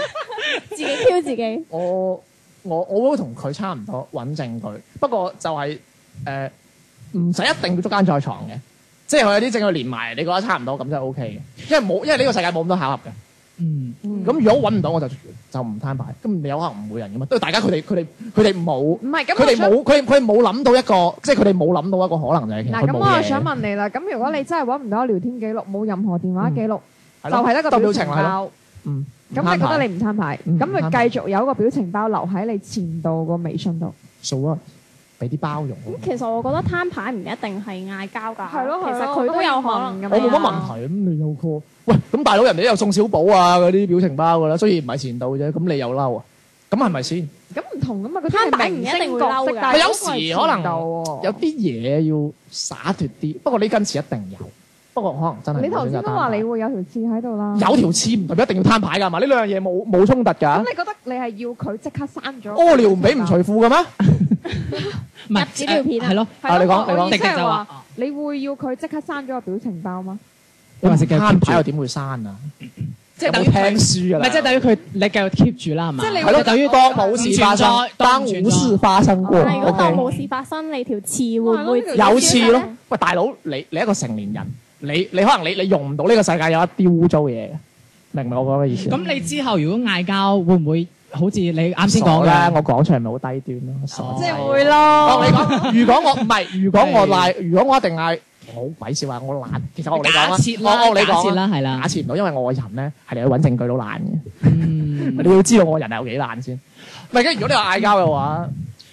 S4: 自己挑自己。
S2: 我我我會同佢差唔多揾證據，不過就係誒唔使一定要捉奸在床嘅，即係佢有啲證據連埋，你覺得差唔多咁就 O K 嘅，因為冇因為呢個世界冇咁多巧合嘅。
S1: 嗯
S2: 咁、如果揾唔到我就就唔攤牌，咁你有可能唔會人噶嘛？都大家佢哋佢哋佢哋冇，
S3: 唔係咁，
S2: 啊佢
S3: 我
S2: 哋
S3: 想
S2: 冇佢哋佢哋冇諗到一個，即係佢哋冇諗到一個可能就係其實
S3: 嗱，
S2: 佢
S3: 咁
S2: 冇
S3: 我
S2: 嘢
S3: 又想問你啦。咁如果你真係揾唔到聊天記錄，冇任何電話記錄，
S2: 係
S3: 就
S2: 咯
S3: 係得個
S2: 得
S3: 表
S2: 表
S3: 情
S2: 情啦係咯
S3: 包。
S2: 嗯，
S3: 咁你覺得
S2: 你
S3: 你唔攤牌，
S2: 嗯
S3: 咁
S2: 唔攤牌
S3: 佢繼續有個表情包留喺你前度個微信度。
S2: 數啊，俾啲包容我。
S4: 咁其實我覺得攤牌唔一定係嗌交㗎，
S3: 係咯係咯
S4: 其實佢都有可能㗎嘛
S2: 我冇乜問。題咁，你有 call 喂咁大佬，人哋都有送小寶啊嗰啲表情包噶啦，雖然唔係前度啫，咁你又嬲啊？咁係咪先？
S3: 咁唔同噶嘛，佢
S4: 攤
S3: 啲
S4: 牌
S3: 係
S4: 唔一
S3: 明
S4: 定
S3: 星
S4: 會
S3: 角
S4: 嬲
S3: 色
S4: 㗎，
S3: 但
S2: 有
S3: 係
S2: 時
S3: 都係
S2: 可能
S3: 前度喎
S2: 有啲嘢要灑脱啲，不過呢根刺一定有，不過可能真係
S3: 你頭先都話你會有條刺喺度啦。
S2: 有條刺唔代表一定要攤牌㗎嘛？呢兩樣嘢冇冇衝突㗎
S3: 咁。你覺得你係要佢即刻刪咗？
S2: 屙尿唔俾唔除褲嘅咩？
S1: 唔係
S4: 入紙尿片啊
S1: 係咯，
S2: 啊你講你講
S3: 我意
S1: 迪
S3: 思
S1: 迪
S3: 係
S1: 就
S3: 話
S1: 話，
S3: 你會要佢即刻刪咗個表情包嗎？
S1: 因為食嘅
S2: 攤牌又點會刪啊？
S1: 即係
S2: 有
S1: 等
S2: 冇
S1: 於
S2: 聽
S1: 佢
S2: 書㗎
S1: 唔
S2: 啦。
S1: 係即係等於佢你繼續 keep 住啦，係嘛？
S3: 即係你
S2: 係咯，
S1: 等於
S2: 當冇事發生，當無事發生過。
S4: 哦但係如果
S2: OK
S4: 當冇事發生，你條刺會唔
S3: 係咯呢
S4: 會
S3: 個
S2: 有啊次咯。喂，大佬，你你一個成年人，你你可能你你用唔到呢個世界有一啲污糟嘢嘅，明唔明我講嘅意思？啊
S1: 咁你之後如果嗌交，會唔會好似你啱先講
S2: 啦，
S1: 嘅？
S2: 我講出嚟咪好低端咯，傻
S1: 哦
S2: 仔。
S1: 即係
S3: 咯。
S2: 我同
S3: 我
S2: 你講，如果 我唔係，如果
S1: 係
S2: 我賴，如果我一定嗌，好鬼笑啊話，我懶。其實我同你
S1: 假設
S2: 講
S1: 啦，
S2: 啦，我我同你
S1: 假設
S2: 講啦，
S1: 啦，
S2: 啊
S1: 係
S2: 假
S1: 啦，
S2: 設唔到，因為我個人咧係嚟去揾證據都懶嘅。
S1: 嗯，
S2: 你要知道我人係有幾懶先。唔係，跟住如果你話嗌交嘅話，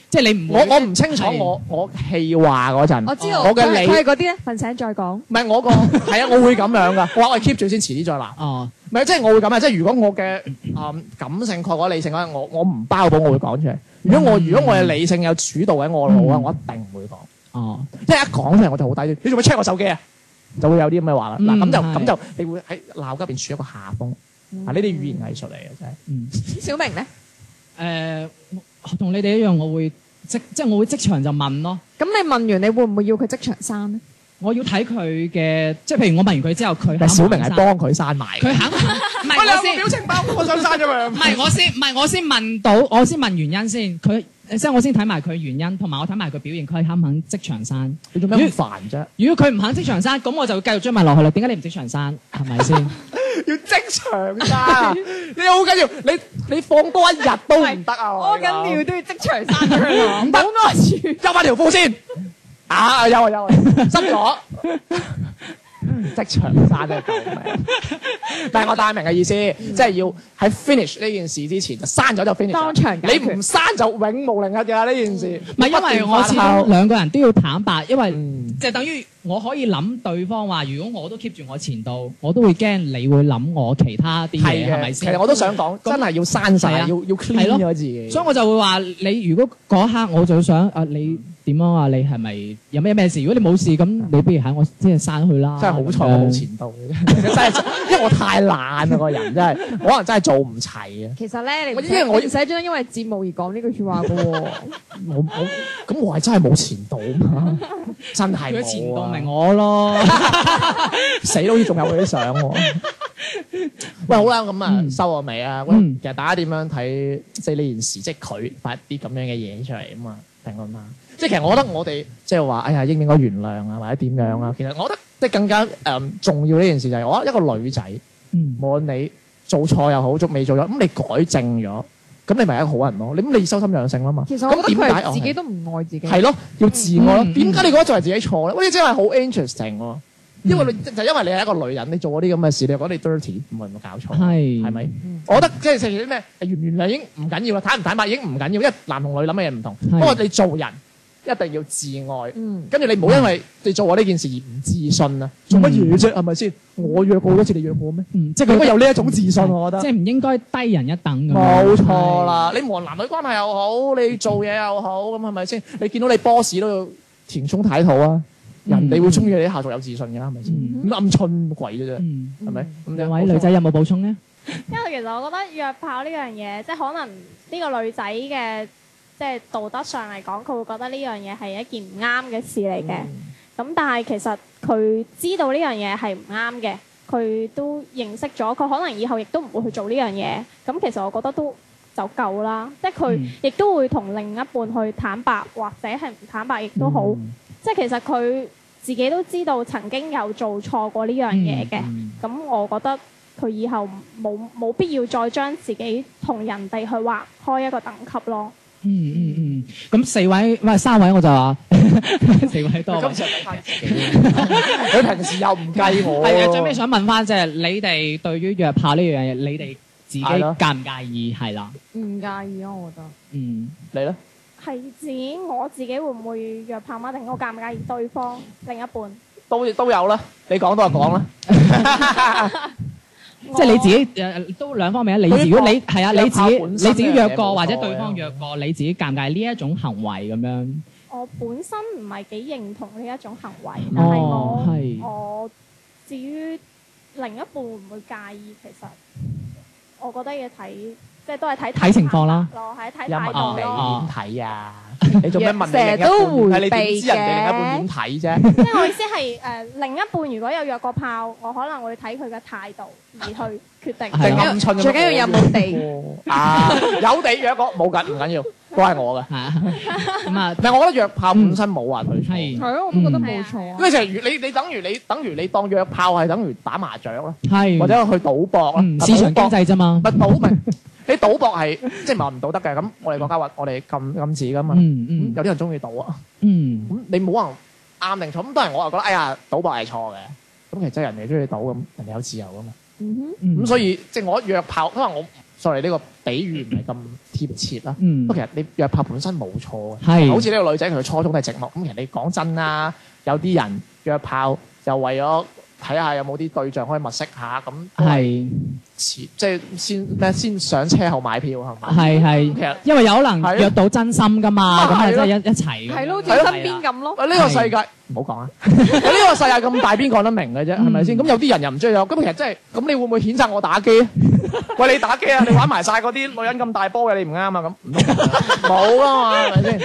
S1: 即係你唔
S2: 我
S1: 會
S2: 我唔清楚
S1: 係
S2: 我我氣話嗰陣，
S3: 我知道
S2: 我嘅理
S3: 佢係嗰啲咧，瞓醒再講。
S2: 唔係我個係啊，我會咁樣噶。我話我 keep 住先，遲啲再鬧。
S1: 哦，
S2: 唔係，即係我會咁啊！即係如果我嘅嗯感性確過理性嗰陣，我我唔包保我會講出嚟。如果我如果我嘅理性有主導喺我腦啊，
S1: 嗯
S2: 我一定會講。
S1: 哦，
S2: 即係一講出嚟我就好低端。你做咩 check 我手機啊？就會有啲咁嘅話啦。嗱
S1: 嗯
S2: 咁就
S1: 係
S2: 咁就你會喺鬧急入邊處一個下風。啊！呢啲語言藝術嚟嘅真係。
S1: 嗯，
S3: 小明咧，
S1: 誒，我同你哋一樣，我會即即係我會即場就問咯。
S3: 咁你問完你會唔會要佢即場刪咧？
S1: 我要睇佢嘅，即係譬如我問完佢之後，佢肯
S2: 但
S1: 唔
S2: 係小明
S1: 肯
S2: 係
S1: 刪
S2: 幫佢刪埋嘅。
S1: 佢肯 唔
S2: 喂，你
S1: 係
S2: 有
S1: 我
S2: 冇
S1: 先
S2: 表情包？我想刪咗佢
S1: 唔。係我先唔係我先問到，我先問原因先，佢即係我先睇埋佢原因，同埋我睇埋佢表現，佢肯唔肯即場刪？
S2: 你做咩咁煩啫？
S1: 如果佢唔肯即場刪，咁我就會繼續追問落去啦。點解你唔即場刪？係咪先？
S2: 要即場㗎！ 你好緊要，你你放多一日都唔得啊！我
S3: 屙緊尿都要即場刪咗 佢，唔得安全。
S2: 休翻條褲先。啊，休 啊休啊，濕咗。即場刪真係救命！但係我大明嘅意思，
S1: 嗯
S2: 即係要喺 finish 呢件事之前就刪咗就 finish 啦。
S3: 當場解
S2: 你
S3: 決
S2: 唔刪就永無寧日㗎啦呢件事。
S1: 唔係因為我始終兩個人都要坦白，因為
S2: 嗯
S1: 就等於我可以諗對方話，如果我都 keep 住我前度，我都會驚你會諗我其他啲
S2: 係
S1: 嘢，係
S2: 嘅，
S1: 咪
S2: 其
S1: 先
S2: 實？我都想講，真係要刪晒，
S1: 係啊
S2: 要要 clean
S1: 係
S2: 咗
S1: 咯
S2: 自己。
S1: 所以我就會話你，如果嗰一刻我就想啊，你點樣啊？你係咪有咩咩事？如果你冇事，咁你不如喺我啊即係刪佢啦。
S2: 真係好彩我冇前度嘅啫，真係因為我太懶啦個人，真係可能真係做唔齊啊！
S3: 其實咧，你
S2: 我因為我
S3: 唔使專登因為節目而講呢句説話嘅 喎。
S2: 我我咁我係真係冇前度 嘛，真係
S1: 佢前
S2: 冇
S1: 度咪
S2: 啊！
S1: 我咯，
S2: 死都好似仲有佢啲 相喎。喂，好啦，咁啊
S1: 嗯
S2: 收我尾啊！喂，
S1: 嗯
S2: 其實大家點樣睇即係呢件事，即係佢發啲咁樣嘅嘢出嚟啊嘛，評論下。即係其實我覺得我哋即係話，哎呀，應唔應該原諒啊，或者點樣啊？其實我覺得即係更加誒、嗯重要呢件事就係，我覺得一個女仔。
S1: 嗯
S2: 無論你做錯又好，做未做咗，咁你改正咗，咁你咪係一個好人咯。你咁你修心養性啦嘛。
S3: 其實我覺
S2: 咁
S3: 得
S2: 點
S3: 佢
S2: 解
S3: 係
S2: 我
S3: 自己
S2: 係
S3: 都唔愛自己。
S2: 係咯，要自我咯。
S1: 嗯嗯
S2: 點解你覺得作為自己錯咧？喂，你真係好 interesting 喎。因為你就因為你係一個女人，你做嗰啲咁嘅事，你又覺得你 dirty，唔係冇搞錯，
S1: 係
S2: 係咪？我覺得即係其實啲咩原唔原諒已經唔緊要啦，坦唔坦白已經唔緊要，因為男同女諗嘅嘢唔同。
S1: 係
S2: 不過你做人一定要自愛，
S3: 嗯，
S2: 跟住你唔好因為你做過呢件事而唔自信啊！做乜嘢啫？係咪先？我約過好多次，你約過咩？
S1: 嗯，即係
S2: 即係
S1: 佢
S2: 應該有呢一種自信，我覺
S1: 即
S2: 得。
S1: 係唔應該低人一等咁樣。
S2: 冇錯啦，你無論男女關係又好，你做嘢又好，咁係咪先？你見到你 boss 都要填充態度啊！人哋會中意你啲下屬有自信㗎，係咪先？
S1: 嗯
S2: 咁暗春鬼啫
S1: 係。
S2: 啫，
S1: 嗯，
S2: 係咪？咁
S1: 兩位女仔有冇補充呢？
S4: 因為其實我覺得約炮呢樣嘢，即係可能呢個女仔嘅即係道德上嚟講，佢會覺得呢樣嘢係一件唔啱嘅事嚟嘅。
S1: 嗯
S4: 咁、但係其實佢知道呢樣嘢係唔啱嘅，佢都認識咗，佢可能以後亦都唔會去做呢樣嘢。咁其實我覺得都就夠啦，即係佢
S1: 嗯
S4: 亦都會同另一半去坦白，或者係唔坦白亦都好。
S1: 嗯
S4: 即係其實佢自己都知道曾經有做錯過呢樣嘢嘅。
S1: 嗯
S4: 咁我覺得佢以後冇冇必要再將自己同人哋去劃開一個等級咯。
S1: 嗯嗯嗯，咁四位唔係三位我就話 四位多位。
S2: 今次係睇翻自己，佢平時又唔計我。
S1: 係啊，最尾想問翻即係你哋對於約炮呢樣嘢，你哋自己
S2: 係咯
S1: 介唔介意？係啦，
S3: 唔介意啊，我覺得。
S1: 嗯，
S2: 你咧？
S4: 係指我自己會唔會約炮嗎？定我介唔介意對方另一半？
S2: 都都有啦，你講都 係講啦。
S1: 即係你自己誒都兩方面啊。
S2: 對
S1: 你
S2: 於
S1: 如果你係啊，你自己你自
S2: 約炮本身
S1: 己
S2: 呢樣嘢
S1: 約
S2: 冇所謂
S1: 過或者對方約過，你自己介唔介意呢一種行為咁樣？
S4: 我，我本身唔係幾認同呢一種行為，
S1: 哦
S4: 但係我、
S1: 係
S4: 我至於另一半會唔會介意，其實我覺得要睇，即係都係睇
S1: 睇情況啦
S4: 咯，係睇
S2: 有問
S4: 態度
S2: 題
S1: 啊
S4: 咯。
S2: 點睇啊？你做咩問你
S3: 成
S2: 另
S3: 日
S2: 一半？
S3: 都迴
S2: 係你點知人哋另一半點睇啫？
S4: 即係我意思係誒、呃另一半如果有約過炮，我可能會睇佢嘅態度而去決定。
S1: 係
S2: 定
S1: 啊
S2: 暗春咁樣
S3: 最緊要有冇 地
S2: 啊？有地約過冇緊，唔緊要，都係我嘅。
S1: 係啊，咁啊
S2: 唔，係，我覺得約炮本身冇話佢
S1: 嗯
S2: 錯。
S1: 係
S3: 係咯，我都覺得
S1: 嗯
S3: 冇錯啊
S2: 咁。你就係如你你等於你等於你當約炮係等於打麻雀啦，
S1: 係
S2: 或者去賭博啦
S1: 嗯，市場
S2: 賭博
S1: 經濟啫嘛
S2: 唔。係賭咪你賭博係即係唔係話唔道德嘅，咁我哋國家話我哋禁禁止噶嘛，
S1: 嗯
S2: 咁
S1: 嗯
S2: 有啲人中意賭啊，
S1: 嗯
S2: 咁你冇可能啱定錯，咁當然我又覺得哎呀賭博係錯嘅，咁其實真係人哋中意賭咁，人哋有自由噶嘛，
S3: 嗯
S1: 嗯，
S2: 咁所以即係我約炮，因為我 sorry 呢個比喻唔係咁貼切啦，
S1: 嗯
S2: 不過其實你約炮本身冇錯嘅，
S1: 係
S2: 好似呢個女仔佢初中都係寂寞，咁其實你講真啦，有啲人約炮就為咗睇下有冇啲對象可以物色下咁。
S1: 係
S2: 前即係先咩先上車後買票係咪？
S1: 係
S2: 其
S1: 係，
S2: 實
S1: 因為有可
S2: 係
S1: 能
S2: 啊
S1: 約到真心噶嘛，
S2: 啊
S1: 咁啊
S2: 係
S1: 真
S2: 咯
S1: 係一一齊咁樣。
S3: 係咯，好似
S2: 係咯
S3: 身邊咁咯。
S2: 喂呢個世界唔好講啊！喂呢個世界咁大，邊講得明嘅啫？係咪先？
S1: 嗯
S2: 咁有啲人又唔中意我，咁其實真係咁，你會唔會譴責我打機啊？ 喂，你打機啊？你玩埋晒嗰啲女人咁大波嘅，你唔啱啊！咁唔通冇啦嘛，係咪先？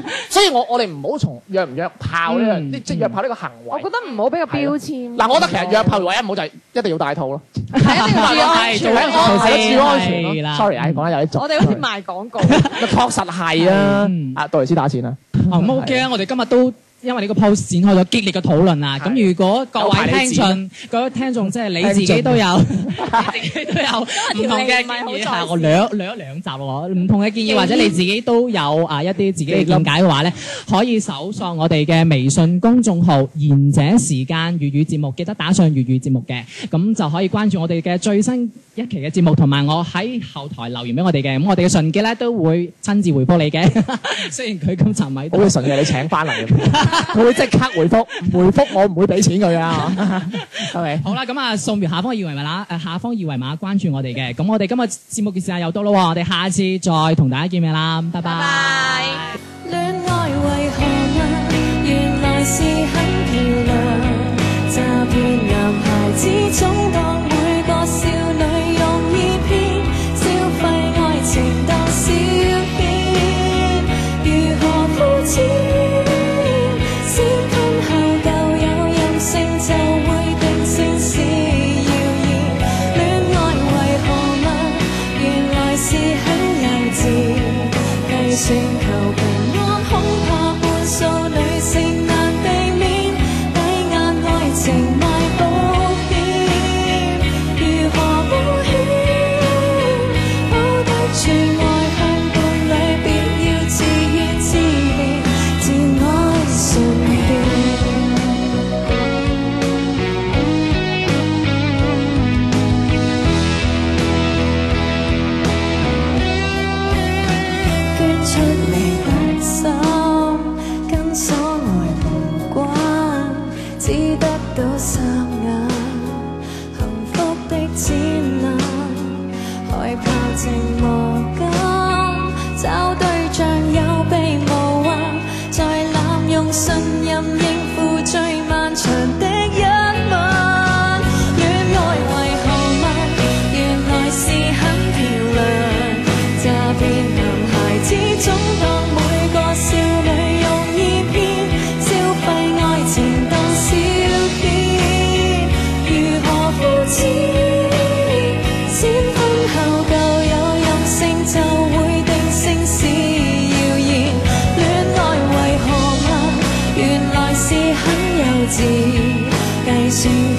S2: 所以我我哋唔好從約唔約炮呢
S1: 嗯
S2: 樣，即係約炮呢個行
S3: 我
S2: 為
S3: 覺。得唔好俾個標籤。
S2: 嗱，我覺得其實約炮唯一唔好就係一定要戴套咯，
S3: 係一定要注意安
S1: 係做
S3: 全
S1: 緊安全
S2: 係
S3: 咯。
S2: 咯，注意安全
S1: 係
S2: 咯。
S1: 啦
S2: Sorry，唉講得有啲俗。
S3: 我哋好似賣廣告。
S2: 咪 確實係啊
S1: 嗯！
S2: 啊，杜蕾斯打錢啊！
S1: 哦，咁 OK 啊！我哋今日都因為呢個 post 展開咗激烈嘅討論啦。
S2: 係
S1: 咁如果各
S2: 有排
S1: 位
S2: 你
S1: 聽
S2: 剪
S1: 進，各位聽眾即係你自己都有，你 自己都有唔同嘅建
S4: 因
S1: 議
S4: 為條脷唔係好
S1: 係啊
S4: 在
S1: 我兩兩兩集喎，唔同嘅建議或者你自己都有啊一啲自己嘅見解嘅話咧，可以搜索我哋嘅微信公眾號「賢者時間粵語節目」，記得打上粵語節目嘅，咁就可以關注我哋嘅最新一期嘅節目，同埋我喺後台留言俾我哋嘅，咁我哋嘅純潔咧都會親自回覆你嘅。 雖然佢今集咪
S2: 好會純嘅，你請翻嚟，佢會即刻回覆，唔回覆我唔會俾錢佢啊，係咪？
S1: 好啦，咁啊，掃描下方嘅二維碼啦，誒下方二維碼關注我哋嘅，咁我哋今日節目嘅時間又到啦喎，我哋下次再同大家見面啦，拜拜。
S7: 戀愛為何物？原來是很漂亮。詐騙男孩子總當每個少女容易騙，消費愛情當消遣，如何膚淺？先婚後夠有任性就會定性是謠言。戀愛為何物？原來是很幼稚。計算求平安，恐怕半數女性難避免。低眼愛情賣保險，出你的心，跟所愛無關，只得到霎眼幸福的展覽，害怕寂寞感，找對象有備無患，再濫用信任應付最漫長的一晚，戀愛為何物？原來是很漂亮。詐騙男孩子總當每個少女容易騙，消費愛情當消遣，如何膚淺？先婚後舊有任性就會定性是謠言，戀愛為何物？原來是很幼稚，計算